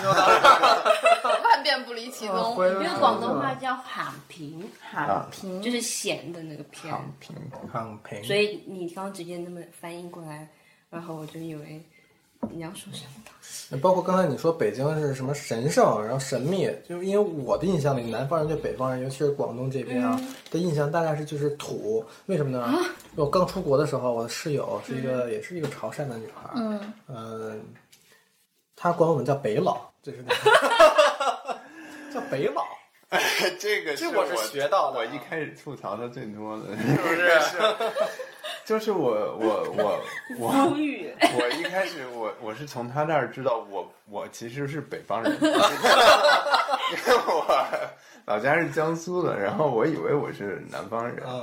B: 万变不离其宗。
A: 回来
D: 因为广东话叫喊平，喊平就是咸的那个片，
C: 啊平
A: 躺平，
D: 所以你刚直接那么翻译过来，然后我就以为你要说什么东西。
A: 包括刚才你说北京是什么神圣，然后神秘，就是因为我的印象里，南方人对北方人，尤其是广东这边啊、的印象，大概是就是土。为什么呢？因为我刚出国的时候，我的室友是一个、也是一个潮汕的女孩，嗯，呃，她管我们叫北佬，这是叫北佬，
C: 这个
A: 这我是学到的啊
C: 我一开始吐槽的最多的，是不是？ 就是我我我我
D: 无语，
C: 我一开始我我是从他那儿知道我我其实是北方人， 因为我老家是江苏的，然后我以为我是南方人，
A: 啊、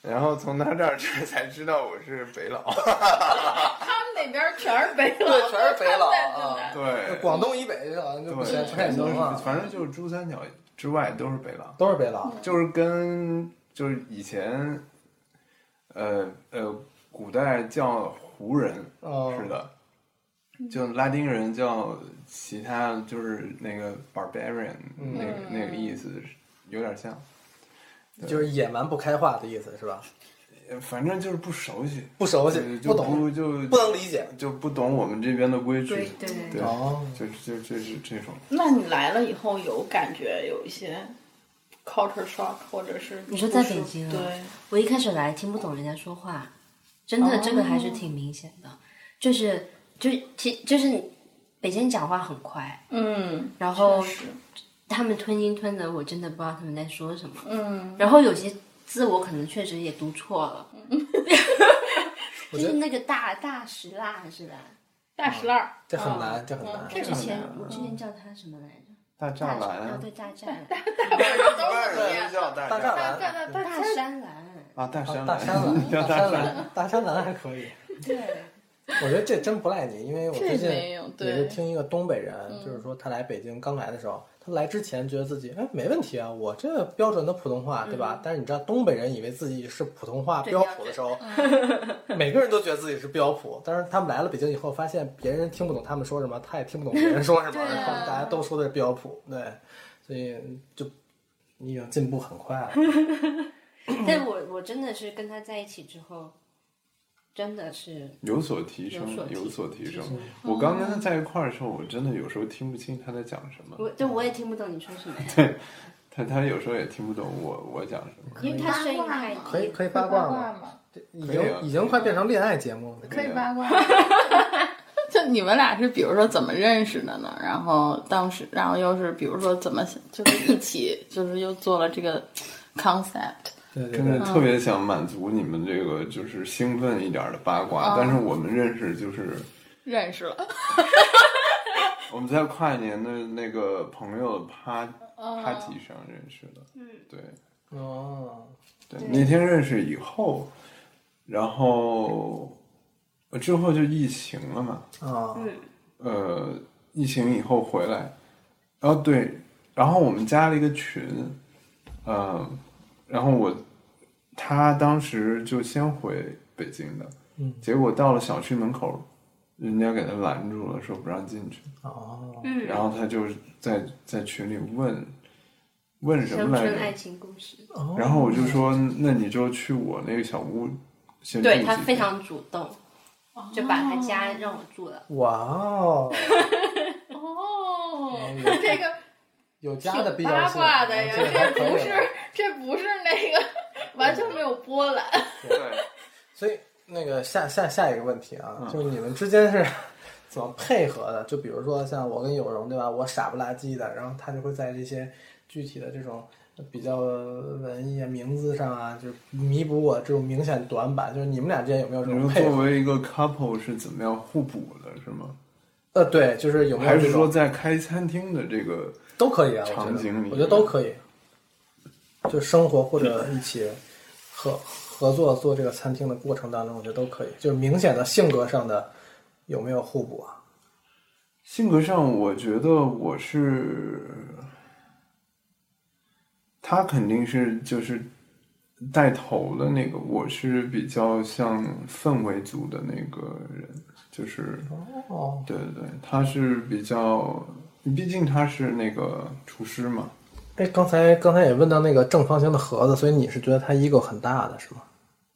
C: 然后从他这儿知才知道我是北佬。
B: 他们那边全是北佬，
A: 对全是北佬
B: 都是
A: 啊
C: 对，
A: 广东以北好像就不太
C: 对，
A: 不太行了，
C: 反正就是珠三角之外都是北佬。
A: 都是北佬，
C: 就是跟就是以前，呃呃，古代叫胡人，
A: 哦
C: 是的，就拉丁人叫其他，就是那个 barbarian、那个那个意思是有点像，
A: 就是野蛮不开化的意思是吧？
C: 呃反正就是不熟悉，
A: 不熟悉
C: 就，
A: 不
C: 就
A: 懂，
C: 就
A: 不能理解
C: 就不懂我们这边的规矩，
D: 对对
C: 对，
A: 哦
C: 就是就就是这种。
B: 那你来了以后有感觉有一些 culture shock，或者是
D: 你说在
B: 不舒
D: 北京啊
B: 对，
D: 我一开始来听不懂人家说话，真的这个还是挺明显的，就是就是其就是北京讲话很快，
B: 嗯，
D: 然后
B: 确实
D: 他们吞音吞的，我真的不知道他们在说什么。
B: 嗯，
D: 然后有些字我可能确实也读错 了，就是那个大大石蜡是吧？
B: 大石烂儿，
A: 啊这很难，这很
B: 嗯
A: 难。
B: 这
D: 之前我之前叫他什么来着？
C: 大
D: 大
C: 栅
D: 石
C: 栏
D: 啊，
C: 啊，
D: 对大栅栏，
C: 一般人都叫大
A: 大栅栏
B: 大大
D: 大山栏，
C: 啊，大山
A: 大山蓝，
C: 叫
A: 大
C: 大
A: 山
C: 山
A: 蓝，大山蓝还可以。
D: 对，
A: 我觉得这真不赖你，因为我最近
B: 这没有对
A: 也是听一个东北人，就是说他来北京刚来的时候，他来之前觉得自己哎没问题啊，我这标准的普通话对吧？但是你知道东北人以为自己是普通话
D: 对
A: 标普的时候，每个人都觉得自己是标普，但是他们来了北京以后，发现别人听不懂他们说什么，他也听不懂别人说什么，然后大家都说的是标普，对，所以就你已经进步很快了。
D: 但我我真的是跟他在一起之后，真的是
C: 有所提升
D: 有所，提
C: 有所提升
D: 提升。哦
C: 我刚跟他在一块儿的时候，我真的有时候听不清他在讲什么，
D: 我就我也听不懂你说什么呀，
C: 他他有时候也听不懂我我讲什么。
D: 因为他声音太低，
A: 可以可以
B: 八
A: 八卦
B: 卦吗
A: 吗？？已经、
C: 可以啊
A: 已经快变成恋爱节目了。
B: 可以八卦吗。 就你们俩是比如说怎么认识的呢？然后当时，然后又是比如说怎么就是一起，就是又做了这个 concept。
A: 对对
C: 真
A: 对
D: 嗯
C: 的。特别想满足你们这个就是兴奋一点儿的八
D: 嗯
C: 卦，但是我们认识就是
B: 认识了，
C: 我们在跨年的那个朋友趴
D: 嗯
C: party 上认识的，嗯，对
A: 哦，
C: 对，那天认识以后，然后呃之后就疫情了嘛，
A: 啊，
C: 呃，疫情以后回来，哦对，然后我们加了一个群，嗯、然后我他当时就先回北京的，
A: 嗯
C: 结果到了小区门口，人家给他拦住了，说不让进去，
A: 哦，
C: 然后他就在在群里问问什
D: 乡
C: 么来
D: 村嗯爱
C: 着，
D: 情故事，
C: 然后我就说那你就去我那个小屋先住
D: 对他
C: 几
D: 非
C: 天
D: 常主动，就把他家让我住了。
A: 哇哦，
B: 哦，
A: 嗯
B: 这个
A: 有家的必
B: 挺
A: 要
B: 八
A: 性，啊
B: 卦的呀，
A: 这还
B: 这
A: 可以
B: 不是这不是那个完全没有波澜。
C: 对。
A: 所以那个下下下一个问题啊，
C: 嗯
A: 就是你们之间是怎么配合的？就比如说像我跟有容对吧，我傻不拉几的，然后他就会在这些具体的这种呃比较文艺啊、名字上啊，就弥补我这种明显短板。就是你们俩之间有没有这
C: 你
A: 种
C: 们
A: 配
C: 作
A: 合？
C: 为一个 couple 是怎么样互补的，是吗？
A: 呃，对，就是有没有
C: 还
A: 这
C: 是说
A: 种
C: 在开餐厅的这个
A: 都可以啊？我觉
C: 场
A: 得
C: 景里
A: 我觉得都可以，就生活或者一起合合作做这个餐厅的过程当中，我觉得都可以。就是明显的性格上的有没有互补啊？
C: 性格上，我觉得我是，他肯定是就是带头的那个，我是比较像氛围组的那个人，就是
A: 哦，
C: 对对对，他是比较，毕竟他是那个厨师嘛，
A: 哎，刚才刚才也问到那个正方形的盒子，所以你是觉得它 ego 很大的是吗？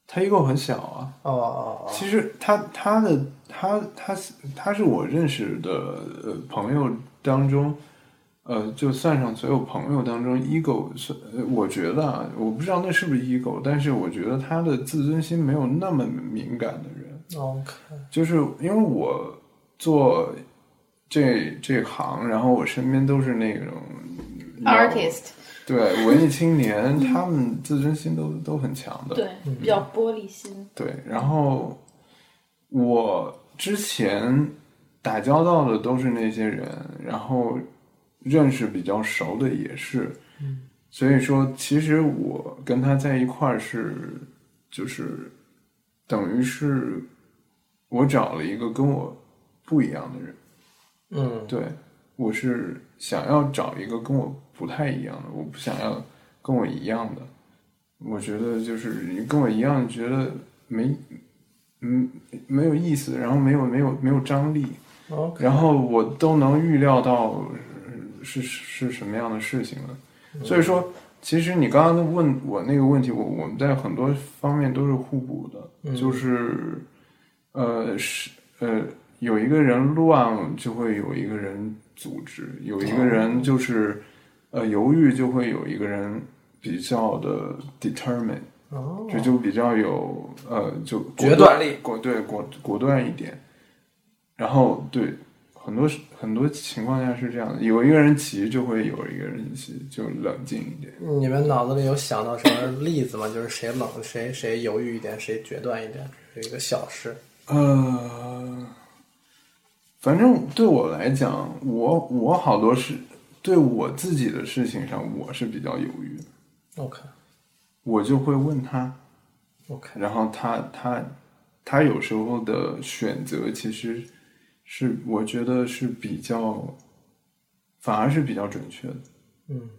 C: 他 ego 很小啊，
A: 哦哦哦，
C: 其实他他的他他是他是我认识的呃朋友当中，呃，就算上所有朋友当中，ego 是呃我觉得啊，我不知道那是不是 ego，但是我觉得他的自尊心没有那么敏感的人，
A: OK，
C: 就是因为我做这这行，然后我身边都是那种
B: artist，
C: 对文艺青年，他们自尊心都都很强的，
B: 对，
A: 嗯
B: 比较玻璃心，
C: 对，然后我之前打交道的都是那些人，然后认识比较熟的也是，所以说其实我跟他在一块儿是就是等于是我找了一个跟我不一样的人，
A: 嗯，
C: 对我是想要找一个跟我不太一样的，我不想要跟我一样的。我觉得就是你跟我一样，觉得没，嗯，没有意思，然后没有没有没有张力，
A: ，OK，
C: 然后我都能预料到呃是是是什么样的事情了。所以说，其实你刚刚问我那个问题，我我们在很多方面都是互补的，
A: 嗯
C: 就是呃是呃有一个人乱，就会有一个人组织；有一个
A: 哦
C: 人就是、呃犹豫，就会有一个人比较的 determined。
A: 哦，
C: 这就比较有呃，就果
A: 决断力
C: 果对果果断一点。然后对很多时很多情况下是这样的，有一个人急就会有一个人急，就冷静一点。
A: 你们脑子里有想到什么例子吗？就是谁冷，谁谁犹豫一点，谁决断一点，有一个小事。
C: 呃，反正对我来讲，我我好多事对我自己的事情上，我是比较犹豫的，
A: OK
C: 我就会问他，
A: OK，
C: 然后他他他有时候的选择其实是我觉得是比较，反而是比较准确的。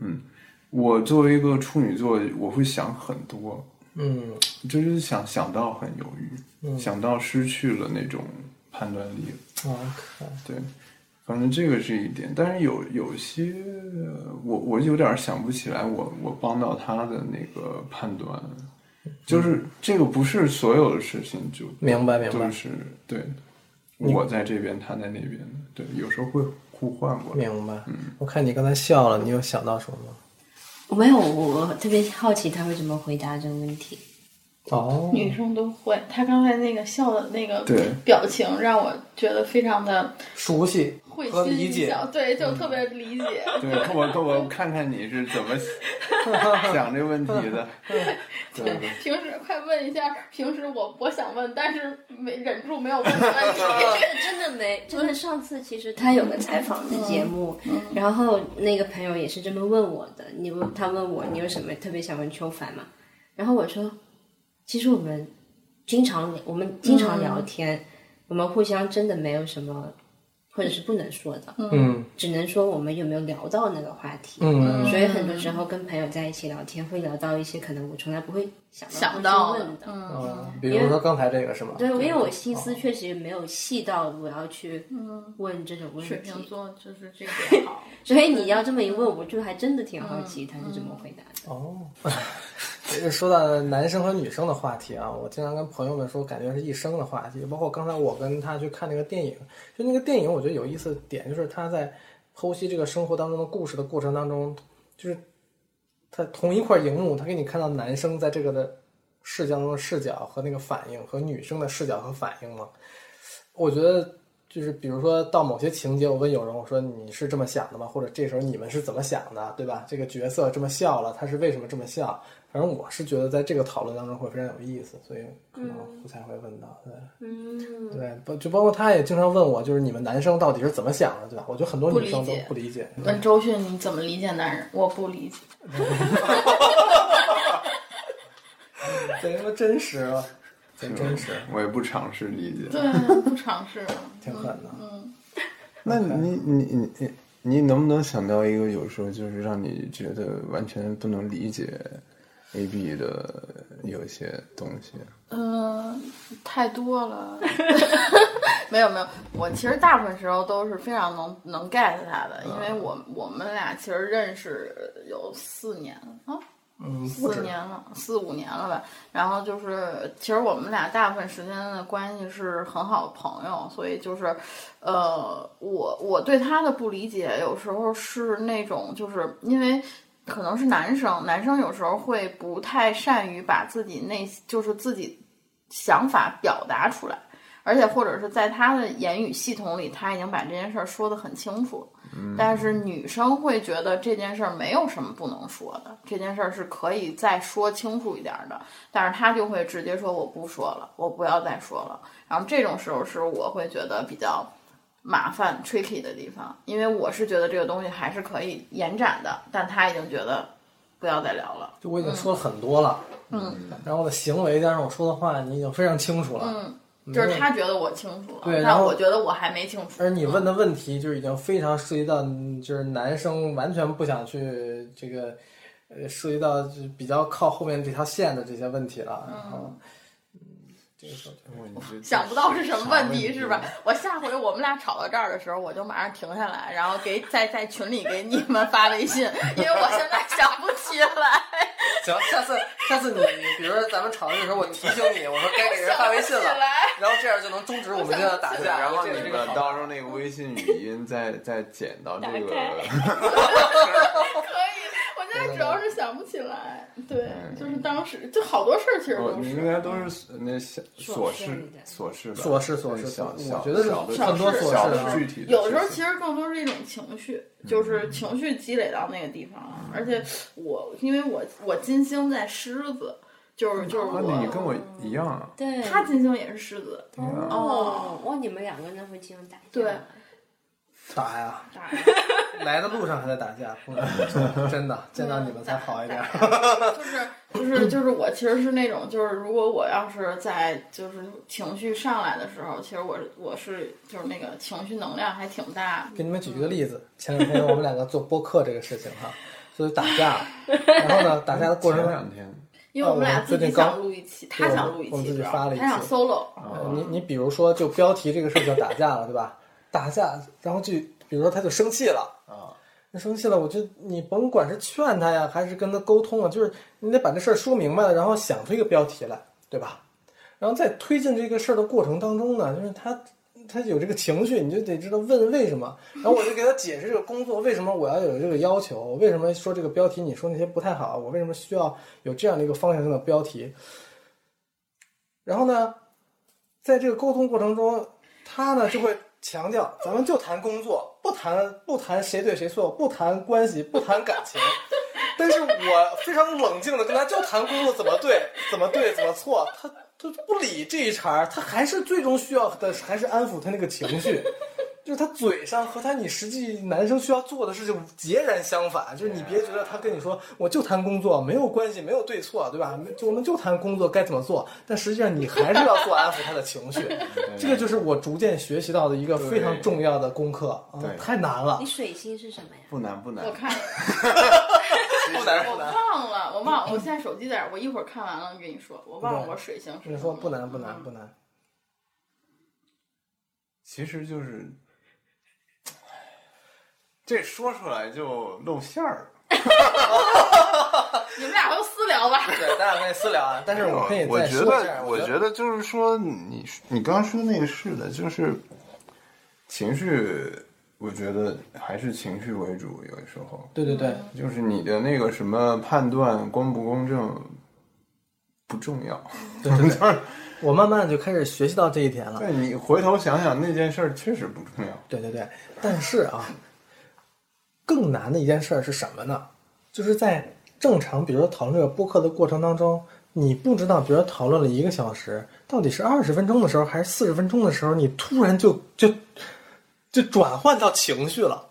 A: 嗯
C: 我作为一个处女座，我会想很多，
A: 嗯
C: 就是想想到很犹豫，想到失去了那种判断力了。
A: ，OK，
C: 对，反正这个是一点，但是有有些呃我我有点想不起来我我帮到他的那个判断，就是这个不是所有的事情就
A: 嗯明白明
C: 就
A: 白
C: 是对，我在这边，他在那边，对，有时候会互换过来。
A: 明白。我看你刚才笑了，你有想到什么吗？
D: 我哦没有，我我特别好奇他会怎么回答这个问题。
A: 哦，
B: 女生都会。她刚才那个笑的那个
C: 对
B: 表情，让我觉得非常的
A: 熟悉
B: 会
A: 和
B: 心
A: 理
B: 一
A: 解
B: 笑，对，就特别理 解。
C: 对，我我我看看你是怎么 想这问题 的。对对，
B: 平时快问一下，平时我我想问，但是没忍住没有问 的问题。
D: 真的没，
B: 嗯
D: 就是上次其实他有个采访的节目，然后那个朋友也是这么问我的，你问他问我你有什么特别想问秋凡吗？然后我说，其实我们经常我们经常聊
B: 嗯
D: 天，我们互相真的没有什么，或者是不能说的，
A: 嗯
D: 只能说我们有没有聊到那个话题。
A: 嗯
D: 所以很多时候跟朋友在一起聊天，会聊到一些可能我从来不会想到
B: 想
D: 会
B: 到
D: 去
B: 的
D: 问的。
B: 嗯，
A: 嗯，比如说刚才这个是吗？
D: 对，因为我心
A: 哦
D: 思确实没有细到我要去问这种
B: 嗯
D: 问
B: 水
D: 题，
B: 瓶座嗯就是这点 好。
D: 所以你要这么一问，我就还真的挺好
B: 嗯
D: 奇他是怎么回答的。
A: 哦，说到男生和女生的话题啊，我经常跟朋友们说，感觉是一生的话题。包括刚才我跟他去看那个电影，就那个电影，我觉得有意思的点就是他在剖析这个生活当中的故事的过程当中，就是他同一块荧幕，他给你看到男生在这个的视角中的视角和那个反应和女生的视角和反应吗？我觉得就是比如说到某些情节，我问有人我说你是这么想的吗？或者这时候你们是怎么想的，对吧？这个角色这么笑了，他是为什么这么笑？反正我是觉得在这个讨论当中会非常有意思，所以可能
B: 嗯
A: 胡才会问到，对。
E: 嗯，
A: 对，包就包括他也经常问我，就是你们男生到底是怎么想的，对吧？我觉得很多
B: 不
A: 女
B: 理
A: 生都
B: 解
A: 不理解。
B: 问嗯周迅你怎么理解男人？我不 理解。
A: 贼他妈真实 了，贼真实，
C: 我也不尝试理解。
B: 对，不尝试。
A: 挺狠的。
C: 那你你你你你能不能想到一个有时候就是让你觉得完全不能理解 A B 的有一些东西？啊
B: 嗯，太多了。 没有没有，我其实大部分时候都是非常能能 get 他的，因为我我们俩其实认识有四年了啊，
A: 嗯，不
B: 四
A: 止
B: 年了，四五年了吧。然后就是，其实我们俩大部分时间的关系是很好的朋友，所以就是，呃，我我对他的不理解，有时候是那种，就是因为。可能是男生，男生有时候会不太善于把自己内，就是自己想法表达出来，而且或者是在他的言语系统里，他已经把这件事儿说得很清楚了。
A: 嗯
B: 但是女生会觉得这件事儿没有什么不能说的，这件事儿是可以再说清楚一点儿的，但是她就会直接说我不说了，我不要再说了。然后这种时候是我会觉得比较麻烦、tricky 的地方，因为我是觉得这个东西还是可以延展的，但她已经觉得不要再聊了。
A: 就我已经说了很多了，嗯，然后我的行为加上我说的话，你已经非常清楚了，嗯，
B: 就是她觉得我清楚了，
A: 对然
B: 但
A: 后
B: 我觉得我还没清楚。
A: 而你问的问题就是已经非常涉及到，嗯就是男生完全不想去这个，呃，涉及到就是比较靠后面这条线的这些问题了，然后，嗯，这个时候就
B: 想不到是什么问题是吧？？我下回我们俩吵到这儿的时候，我就马上停下来，然后给在在群里给你们发微 信，因为我现在想不起来。
A: 行，下次下次你比如说咱们吵架的时候，我提醒你，我说该给人发微信
B: 我想
A: 了
B: 不起来，
A: 然后这样就能终止我们今天的打
C: 对，
A: 架。
C: 然后
A: 这个
C: 你
A: 这个
C: 们
A: 好
C: 到时候那个微信语音再再剪到这个
D: 打开
B: 可以，我现在主要是想不起来。对，
A: 嗯
B: 就是当时就好多事儿，其实
C: 我
B: 都
C: 应
B: 是。
C: 该都是那小琐
D: 琐
C: 事
D: 事的
C: 琐事吧
A: 琐事琐事
C: 小
A: 我
C: 小
A: 觉得是
C: 小的
A: 很多琐
C: 小
A: 事
C: 的
A: 啊
C: 具体的
B: 有时候
C: 事
B: 其
C: 情
B: 实更多是一种情绪，
C: 嗯
B: 就是情绪积累到那个地方了。而且我因为我我金星在狮子，就是就是
C: 啊你你跟
B: 我
C: 我一样啊，
D: 对，
B: 他金星也是狮子，
D: 哦，哇，你们两个人会经常打架，
B: 对
A: 打呀，
B: 打呀
A: 来的路上还在打架，不真的见到你们才好一点。
B: 就是就是就是我其实是那种，就是如果我要是在就是情绪上来的时候，其实我是我是就是那个情绪能量还挺大。
A: 给你们举一个例子，前两天我们两个做播客这个事情哈，就是打架，然后呢，打架的过程
C: 前
A: 中，
C: 两天
B: 因为我们
A: 啊
B: 俩
A: 我最
B: 自己
A: 近
B: 想
A: 刚
B: 录一期，他想录一
A: 啊我们
B: 期，
A: 自己
B: 主要
A: 发了一
B: 他想
A: 期
B: solo，
A: 呃你你比如说就标题这个事儿叫打架了，对吧？打架，然后就比如说他就生气了。
C: 啊，
A: 那生气了，我就你甭管是劝他呀，还是跟他沟通啊，就是你得把这事儿说明白了，然后想出一个标题来，对吧？然后在推进这个事儿的过程当中呢，就是他他有这个情绪，你就得知道问为什么。然后我就给他解释这个工作为什么我要有这个要求，我为什么说这个标题你说那些不太好，我为什么需要有这样的一个方向性的标题。然后呢，在这个沟通过程中，他呢就会强调，咱们就谈工作，不谈不谈谁对谁错，不谈关系，不谈感情。但是我非常冷静的跟他就谈工作怎么对，怎么对，怎么错，他他不理这一茬儿，他还是最终需要的还是安抚他那个情绪。就是他嘴上和他你实际男生需要做的事情截然相反，就是你别觉得他跟你说我就谈工作没有关系没有对错，对吧？就我们就谈工作该怎么做，但实际上你还是要做安抚他的情绪，这个就是我逐渐学习到的一个非常重要的功课啊
C: 对，
A: 太难了
D: 你，水星是什么呀？
C: 不难不难
B: 我，看
A: 不难
B: 我
A: 不难。
B: 忘了，我忘了，我现在手机在这儿，我一会儿看完了跟你说，我忘了
A: 对
B: 我水星是
A: 你
B: 什
A: 说
B: 么
A: 不
B: 了
A: 难不难不难，
C: 其实就是这说出来就露馅儿了。
B: 你们俩回头私聊吧。
A: 对，咱俩可以私聊啊，但是我可以
C: 我
A: 再
C: 觉
A: 说一下
C: 得，，我
A: 觉
C: 觉得就是说你，你刚刚说那个是的，就是情绪，我觉得还是情绪为主，有的时候
A: 对对对，
C: 就是你的那个什么判断公不公正，不重要。
A: 对对对，我慢慢的就开始学习到这一点了。
C: 但你回头想想，那件事儿确实不重要。
A: 对对对，但是啊，更难的一件事儿是什么呢？就是在正常，比如说讨论这个播客的过程当中，你不知道，比如说讨论了一个小时，到底是二十分钟的时候还是四十分钟的时候，你突然就就就转换到情绪了。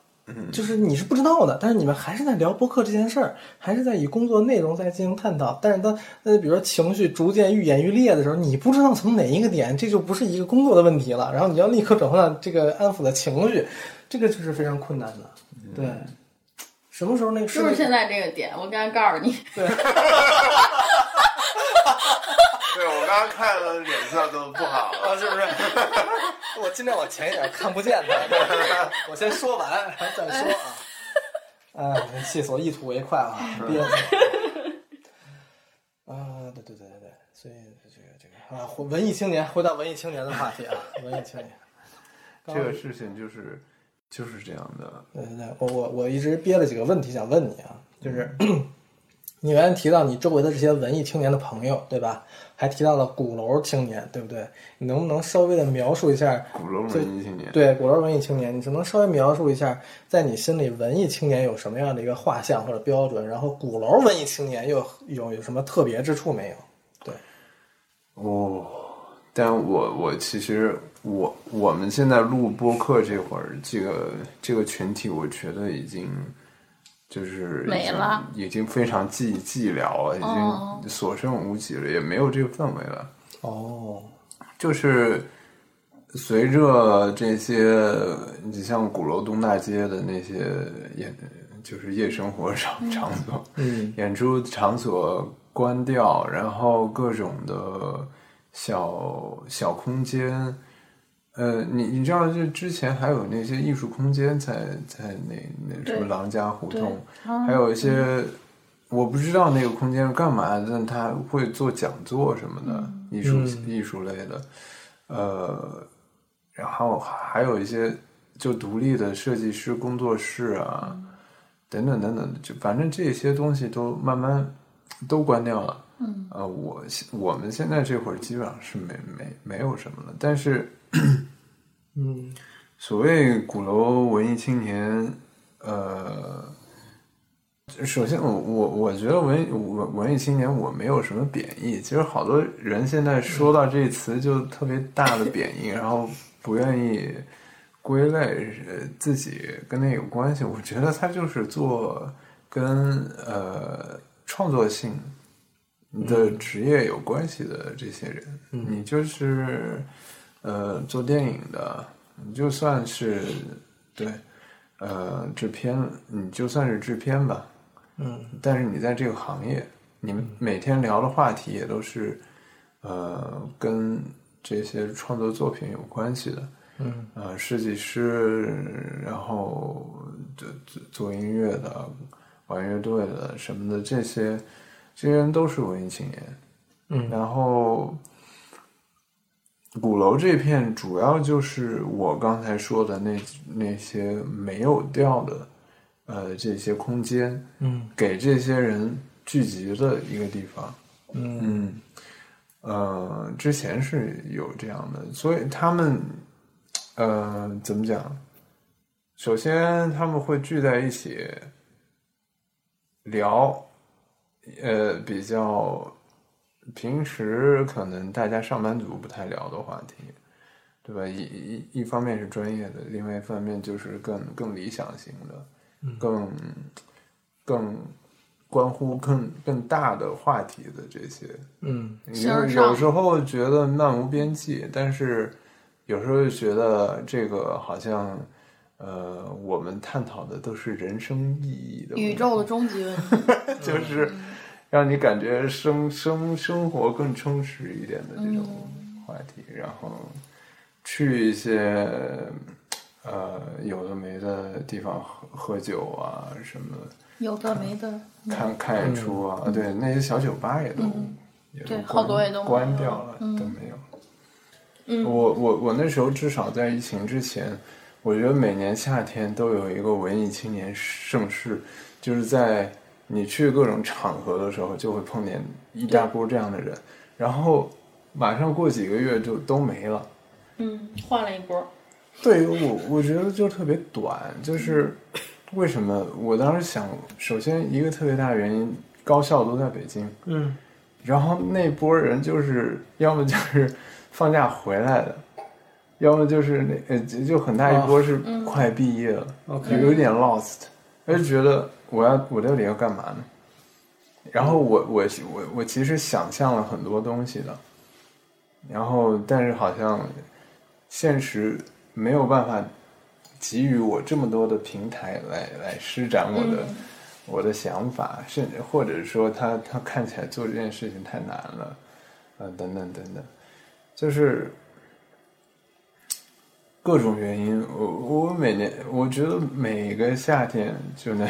A: 就是你是不知道的，但是你们还是在聊播客这件事儿，还是在以工作内容在进行探讨。但是当那比如说情绪逐渐愈演愈烈的时候，你不知道从哪一个点，这就不是一个工作的问题了。然后你要立刻转换到这个安抚的情绪，这个就是非常困难的。对，什么时候那个世界
B: 就是现在这个点，我刚才告诉你，
C: 对我刚刚看了，脸色都不好了，啊是不是？
A: 我尽量往前一点，看不见它。我先说完，然后再说啊。哎，气死我！一吐为快了，憋死我了。啊，对对对对对，所以这个这个啊，回文艺青年，回到文艺青年的话题啊，文艺青年。
C: 这个事情就是就是这样的，
A: 对对对，我我我一直憋了几个问题想问你啊，就是 你原来提到你周围的这些文艺青年的朋友，对吧？还提到了鼓楼青年，对不对？你能不能稍微的描述一下
C: 鼓楼文艺青年。
A: 对，鼓楼文艺青年，你只能稍微描述一下，在你心里文艺青年有什么样的一个画像或者标准？然后鼓楼文艺青年又有有什么特别之处没有？
C: 哦，但我我其实我我们现在录播客这会儿，这个这个群体，我觉得已经就是已经
B: 没了，
C: 已经非常寂寂寥了，
B: 哦
C: 已经所剩无几了，也没有这个氛围了。
A: 哦，
C: 就是随着这些，你像鼓楼东大街的那些演，就是夜生活场、场所，
A: 嗯，
C: 演出场所关掉，然后各种的小小空间。呃，你你知道，就之前还有那些艺术空间在在那那什么
B: 对
C: 郎家胡同，
B: 嗯
C: 还有一些我不知道那个空间是干嘛的，但他会做讲座什么的，艺术
A: 嗯
C: 艺术类的，呃，然后还有一些就独立的设计师工作室啊，
B: 嗯
C: 等等等等，就反正这些东西都慢慢都关掉了。嗯，呃，我现我们现在这会儿基本上是没没没有什么了，但是。
A: 嗯，
C: 所谓鼓楼文艺青年，呃，首先我我我觉得文文文艺青年我没有什么贬义，其实好多人现在说到这词就特别大的贬义，然后不愿意归类呃自己跟那有关系，我觉得他就是做跟呃创作性的职业有关系的这些人，你就是呃做电影的，你就算是对呃制片，你就算是制片吧，
A: 嗯，
C: 但是你在这个行业，你们每天聊的话题也都是呃跟这些创作作品有关系的，
A: 嗯，
C: 呃设计师，然后做做做音乐的，玩乐队的什么的这些。这些人都是文艺青年，
A: 嗯
C: 然后鼓楼这片主要就是我刚才说的那那些没有掉的，呃，这些空间，
A: 嗯，
C: 给这些人聚集的一个地方，嗯呃，之前是有这样的，所以他们，呃，怎么讲？首先他们会聚在一起聊，呃，比较平时可能大家上班族不太聊的话题，对吧？一一一方面是专业的，另外一方面就是更更理想型的，更更关乎更更大的话题的这些。
A: 嗯，
C: 因
B: 向
C: 为
B: 而上
C: 有时候觉得漫无边际，但是有时候又觉得这个好像，呃，我们探讨的都是人生意义的问题
B: 宇宙的终极问题，
C: 就是让你感觉生生生活更充实一点的这种
B: 嗯
C: 话题，然后去一些呃有的没的地方喝喝酒啊什么的，
B: 有的没的，嗯
C: 看看演出啊，对那些小酒吧也都、也都
B: 对
C: 关
B: 好多也都没
C: 关
B: 有嗯
C: 掉了，都没有。我我我那时候至少在疫情之前，我觉得每年夏天都有一个文艺青年盛世，就是在你去各种场合的时候，就会碰见一大波这样的人，然后马上过几个月就都没了。
B: 嗯，换了一波。
C: 对我，我觉得就特别短，就是为什么我当时想，首先一个特别大的原因，高校都在北京，
A: 嗯，
C: 然后那波人就是要么就是放假回来的，要么就是那呃就就很大一波是快毕业了，
A: OK
C: 有有点 lost，他就觉得我要我到底要干嘛呢？然后我我我我其实想象了很多东西的，然后但是好像现实没有办法给予我这么多的平台来来施展我的、我的想法，甚至或者说他他看起来做这件事情太难了，呃等等等等，就是各种原因，我我每年我觉得每个夏天就能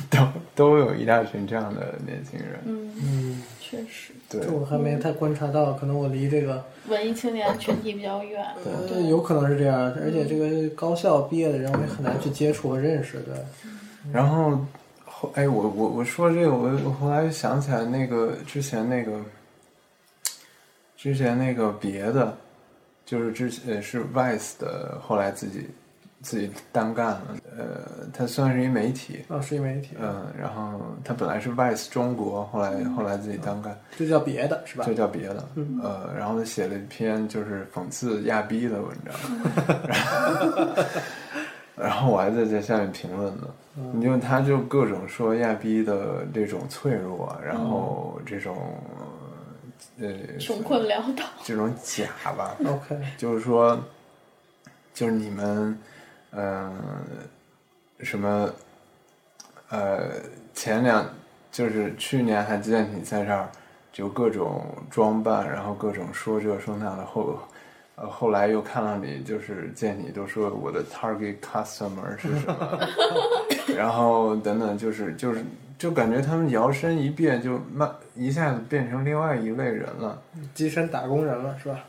C: 都都有一大群这样的年轻人，
A: 嗯，
B: 确实，
C: 对
A: 这我还没太观察到，可能我离这个
B: 文艺青年群体比较远。
C: 嗯
A: 对有可能是这样，而且这个高校毕业的人我也很难去接触和认识，对，
C: 然后后哎，我我我说这个，我我后来想起来那个之前那个，之前那个别的，就是之前呃是 Vice 的，后来自己自己单干了，呃，他算是一媒体。
A: 啊，是一媒体，
C: 嗯，然后他本来是 Vice 中国，后来后来自己单干，
A: 这叫别的是吧嗯
C: 就？叫别的。呃，然后他写了一篇就是讽刺亚逼的文章，
A: 嗯
C: 然后然后我还在这下面评论呢。
A: 嗯
C: 因为他就各种说亚逼的这种脆弱，啊然
A: 嗯
C: 后这种呃
B: 穷困潦倒。
C: 这种假吧，
A: OK，
C: 就是说，就是你们，嗯、什么，呃，前两就是去年还见你在这儿，就各种装扮，然后各种说这说那的后，呃，后来又看到你，就是见你都说我的 target customer 是什么，然后等等，就是就是。就感觉他们摇身一变，就慢一下子变成另外一类人了。
A: 跻身打工人了是吧？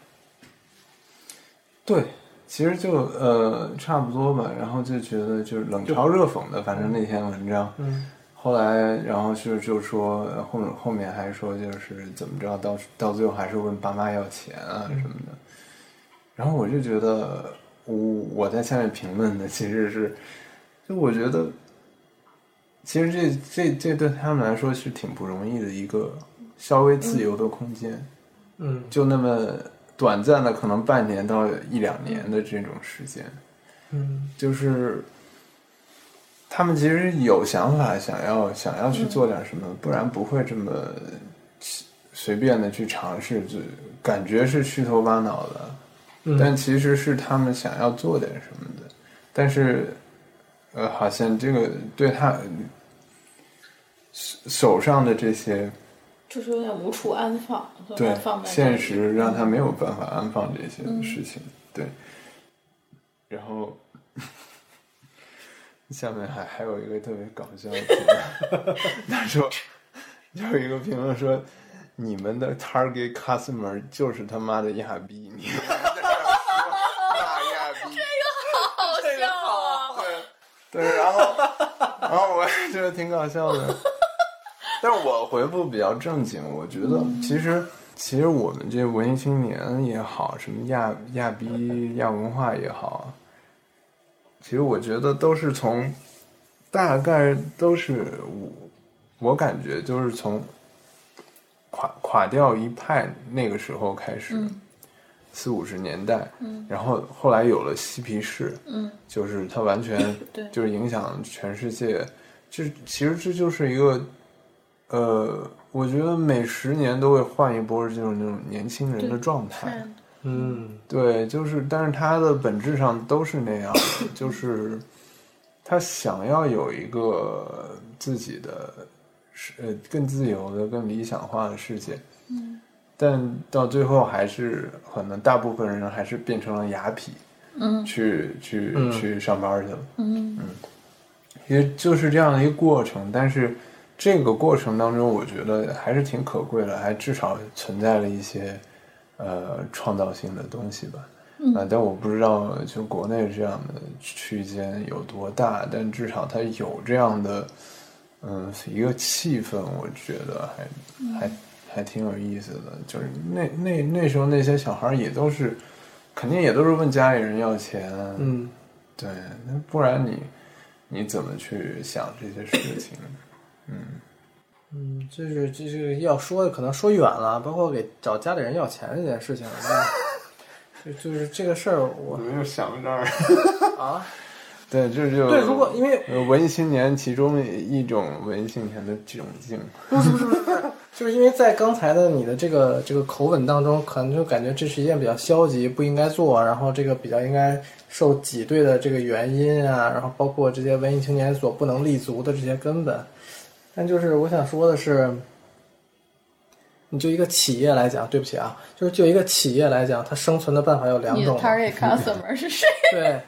C: 对，其实就呃差不多吧，然后就觉得就是冷嘲热讽的，反正那篇文章，
A: 嗯，
C: 后来然后是就说呃后面后面还说就是怎么着，到到最后还是问爸妈要钱啊什么的，然后我就觉得我我在下面评论的其实是，就我觉得。其实这这这对他们来说是挺不容易的一个稍微自由的空间，
A: 嗯，
C: 就那么短暂的，可能半年到一两年的这种时间，
A: 嗯，
C: 就是他们其实有想法，想要想要去做点什么，不然不会这么随便的去尝试，就感觉是虚头巴脑的，
A: 嗯
C: 但其实是他们想要做点什么的，但是呃，好像这个对他手手上的这些。
B: 就是有点无处安放，就
C: 对
B: 放在
C: 现实让他没
B: 嗯
C: 有办法安放这些事情，对。然后下面还还有一个特别搞笑的评论， 他说有一个评论说。你们的 target customer 就是他妈的亚逼，你们在这儿说骂亚 逼，
B: 好笑啊！
C: 对，然后然后我也觉得挺搞笑的，但是我回复比较正经，我觉得其实其实我们这文艺青年也好，什么亚亚逼亚文化也好，其实我觉得都是从大概都是我我感觉就是从垮垮掉一派那个时候开始。四五十年代，嗯，然后后来有了嬉皮士，嗯，就是它完全
B: 对
C: 就是影响全世界，这其实这就是一个，呃，我觉得每十年都会换一波这种那种年轻人的状态，
A: 嗯，
C: 对，就是，但是它的本质上都是那样的，就是他想要有一个自己的世，呃，更自由的、更理想化的世界，
B: 嗯，
C: 但到最后还是可能大部分人还是变成了雅痞，
B: 嗯
C: 去去
A: 嗯
C: 去上班去了，
B: 嗯
C: 也就是这样的一个过程。但是这个过程当中，我觉得还是挺可贵的，还至少存在了一些呃创造性的东西吧。啊、但我不知道就国内这样的区间有多大，但至少它有这样的嗯，一个气氛，我觉得还、还还挺有意思的。就是那那那时候那些小孩儿也都是，肯定也都是问家里人要钱，啊
A: 嗯，
C: 对，那不然你你怎么去想这些事情？
A: 嗯，这是这是要说的，可能说远了，包括给找家里人要钱这件事情，就就是这个事儿，我
C: 我没有想到这儿。
A: 啊，
C: 对，这就
A: 对，如果因为
C: 呃文艺青年其中一种文艺青年的窘境，
A: 就是因为在刚才的你的这个这个口吻当中，可能就感觉这是一件比较消极、不应该做，然后这个比较应该受挤兑的这个原因啊，然后包括这些文艺青年所不能立足的这些根本。但就是我想说的是，你就一个企业来讲，对不起啊，就是就一个企业来讲，它生存的办法有两
B: 你的
A: 种，
B: target customer 是谁？
A: 对，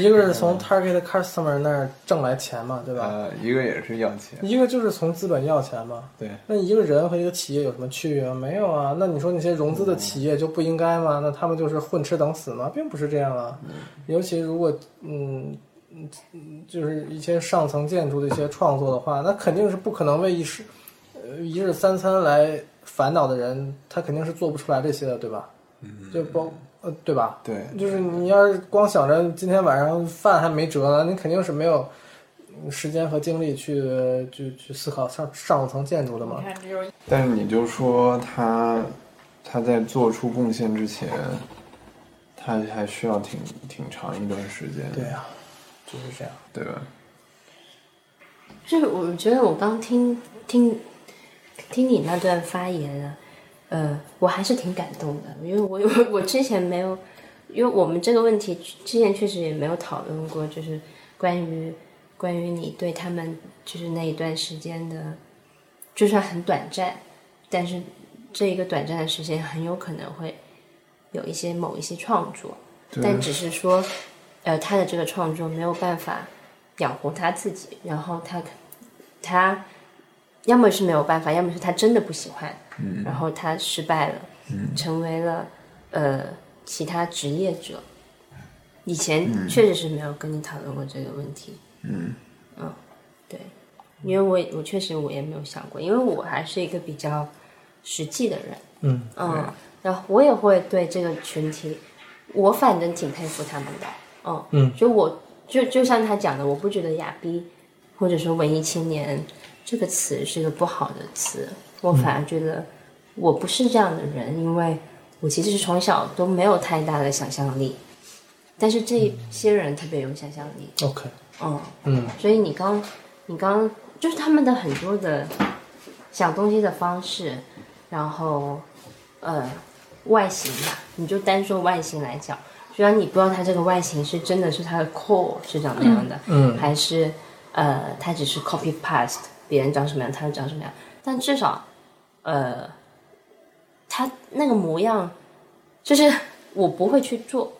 A: 一个是从 target customer 那儿挣来钱嘛，对吧？
C: 呃，一个也是要钱，
A: 一个就是从资本要钱嘛，
C: 对，
A: 那一个人和一个企业有什么区别吗？没有啊。那你说那些融资的企业就不应该吗？那他们就是混吃等死吗？并不是这样啊。尤其如果嗯嗯嗯，就是一些上层建筑的一些创作的话，那肯定是不可能为一时呃一日三餐来烦恼的人，他肯定是做不出来这些的，对吧？就包呃对吧？
C: 对，
A: 就是你要是光想着今天晚上饭还没辙呢，你肯定是没有嗯时间和精力去去去思考上上层建筑的嘛
B: 你。看，这就是
C: 但是你就说他他在做出贡献之前，他还需要挺挺长一段时间，
A: 对呀、就是这样。
C: 对吧？
D: 就是我觉得我刚听听听你那段发言啊，呃，我还是挺感动的，因为我有 我之前没有，因为我们这个问题之前确实也没有讨论过，就是关于关于你对他们就是那一段时间的，就算很短暂，但是这一个短暂的时间很有可能会有一些某一些创作，但只是说，呃，他的这个创作没有办法养活他自己，然后他可他要么是没有办法，要么是他真的不喜欢，然后他失败了，成为了呃其他职业者。以前确实是没有跟你讨论过这个问题，
C: 嗯
D: 对，因为我也我确实我也没有想过，因为我还是一个比较实际的人，
A: 嗯
D: 嗯，然后我也会对这个群体，我反正挺佩服他们的，嗯
A: 嗯
D: 就我就就像他讲的，我不觉得亚逼或者说文艺青年这个词是个不好的词，我反而觉得我不是这样的人，因为我其实是从小都没有太大的想象力，但是这些人特别有想象力，
A: ，OK，
D: 嗯。
A: 嗯
D: 所以你刚，你刚就是他们的很多的想东西的方式，然后呃外形吧，你就单说外形来讲，虽然你不知道他这个外形是真的是他的 core 是长那样的，
A: 嗯
D: 还是呃他只是 copy past 别人长什么样，他就长什么样，但至少呃他那个模样，就是 我不会去做，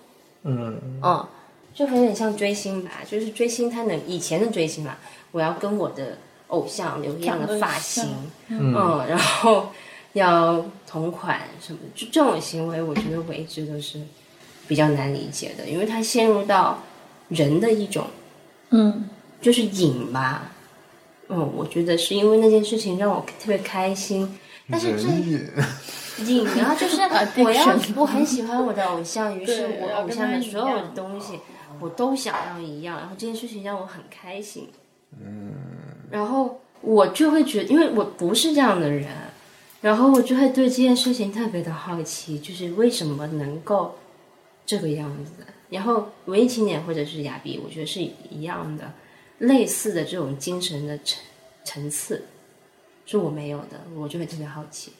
A: 嗯
D: 嗯，就有点像追星吧，就是追星，他能以前的追星嘛，我要跟我的偶像有一样的发型，嗯然后要同款什么，就这种行为，我觉得我一直都是比较难理解的，因为它陷入到人的一种
B: 嗯
D: 就是瘾吧。嗯，我觉得是因为那件事情让我特别开心，但是这
C: 人也
D: 瘾啊，就是
B: Addiction
D: 我要我很喜欢我的偶像，于是
B: 对
D: 我
B: 要
D: 偶
B: 跟
D: 像
B: 他
D: 的
B: 一
D: 所有的
B: 样
D: 东西我都想要一样，然后这件事情让我很开心。嗯，然后我就会觉得，因为我不是这样的人，然后我就会对这件事情特别的好奇，就是为什么能够这个样子。然后文艺青年或者是亚比，我觉得是一样的，类似的这种精神的层层次，是我没有的，我就会特别好奇。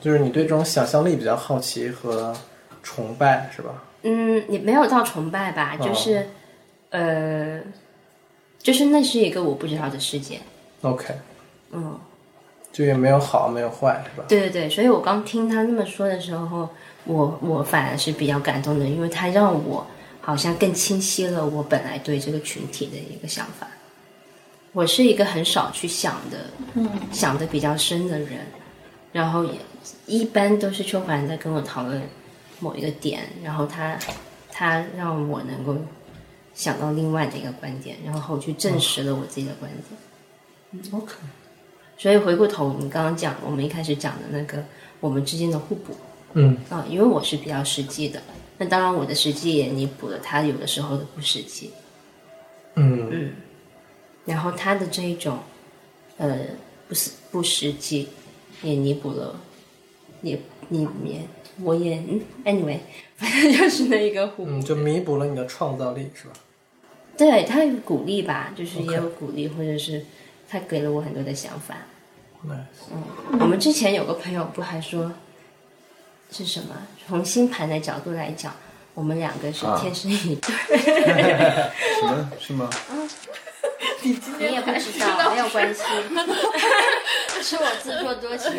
A: 就是你对这种想象力比较好奇和崇拜是吧？
D: 嗯，也没有到崇拜吧，就是，呃，就是那是一个我不知道的世界。
A: ？OK，
D: 嗯，
A: 就也没有好没有坏是吧？
D: 对对对，所以我刚听他那么说的时候，我我反而是比较感动的，因为他让我好像更清晰了我本来对这个群体的一个想法。我是一个很少去想的，
B: 嗯，
D: 想的比较深的人，然后也一般都是邱凡在跟我讨论某一个点，然后他他让我能够想到另外的一个观点，然后我去证实了我自己的观点。
A: OK，
D: 所以回过头，我们刚刚讲，我们一开始讲的那个我们之间的互补
A: 嗯
D: 啊、因为我是比较实际的，那当然我的实际也弥补了他有的时候的不实际，
A: 嗯
D: 然后他的这一种呃不是不实际也弥补了，也你也我也嗯，anyway，反正就是那一个互补。
A: 嗯，就弥补了你的创造力是吧？
D: 对他有鼓励吧，就是也有鼓励，或者是他给了我很多的想法。
A: Nice
D: 嗯我们之前有个朋友不还说是什么？从星盘的角度来讲，我们两个是
C: 啊
D: 天生一对。
C: 什么 是吗？
B: 你今
D: 你也不知道，没有关系，是我自作多情。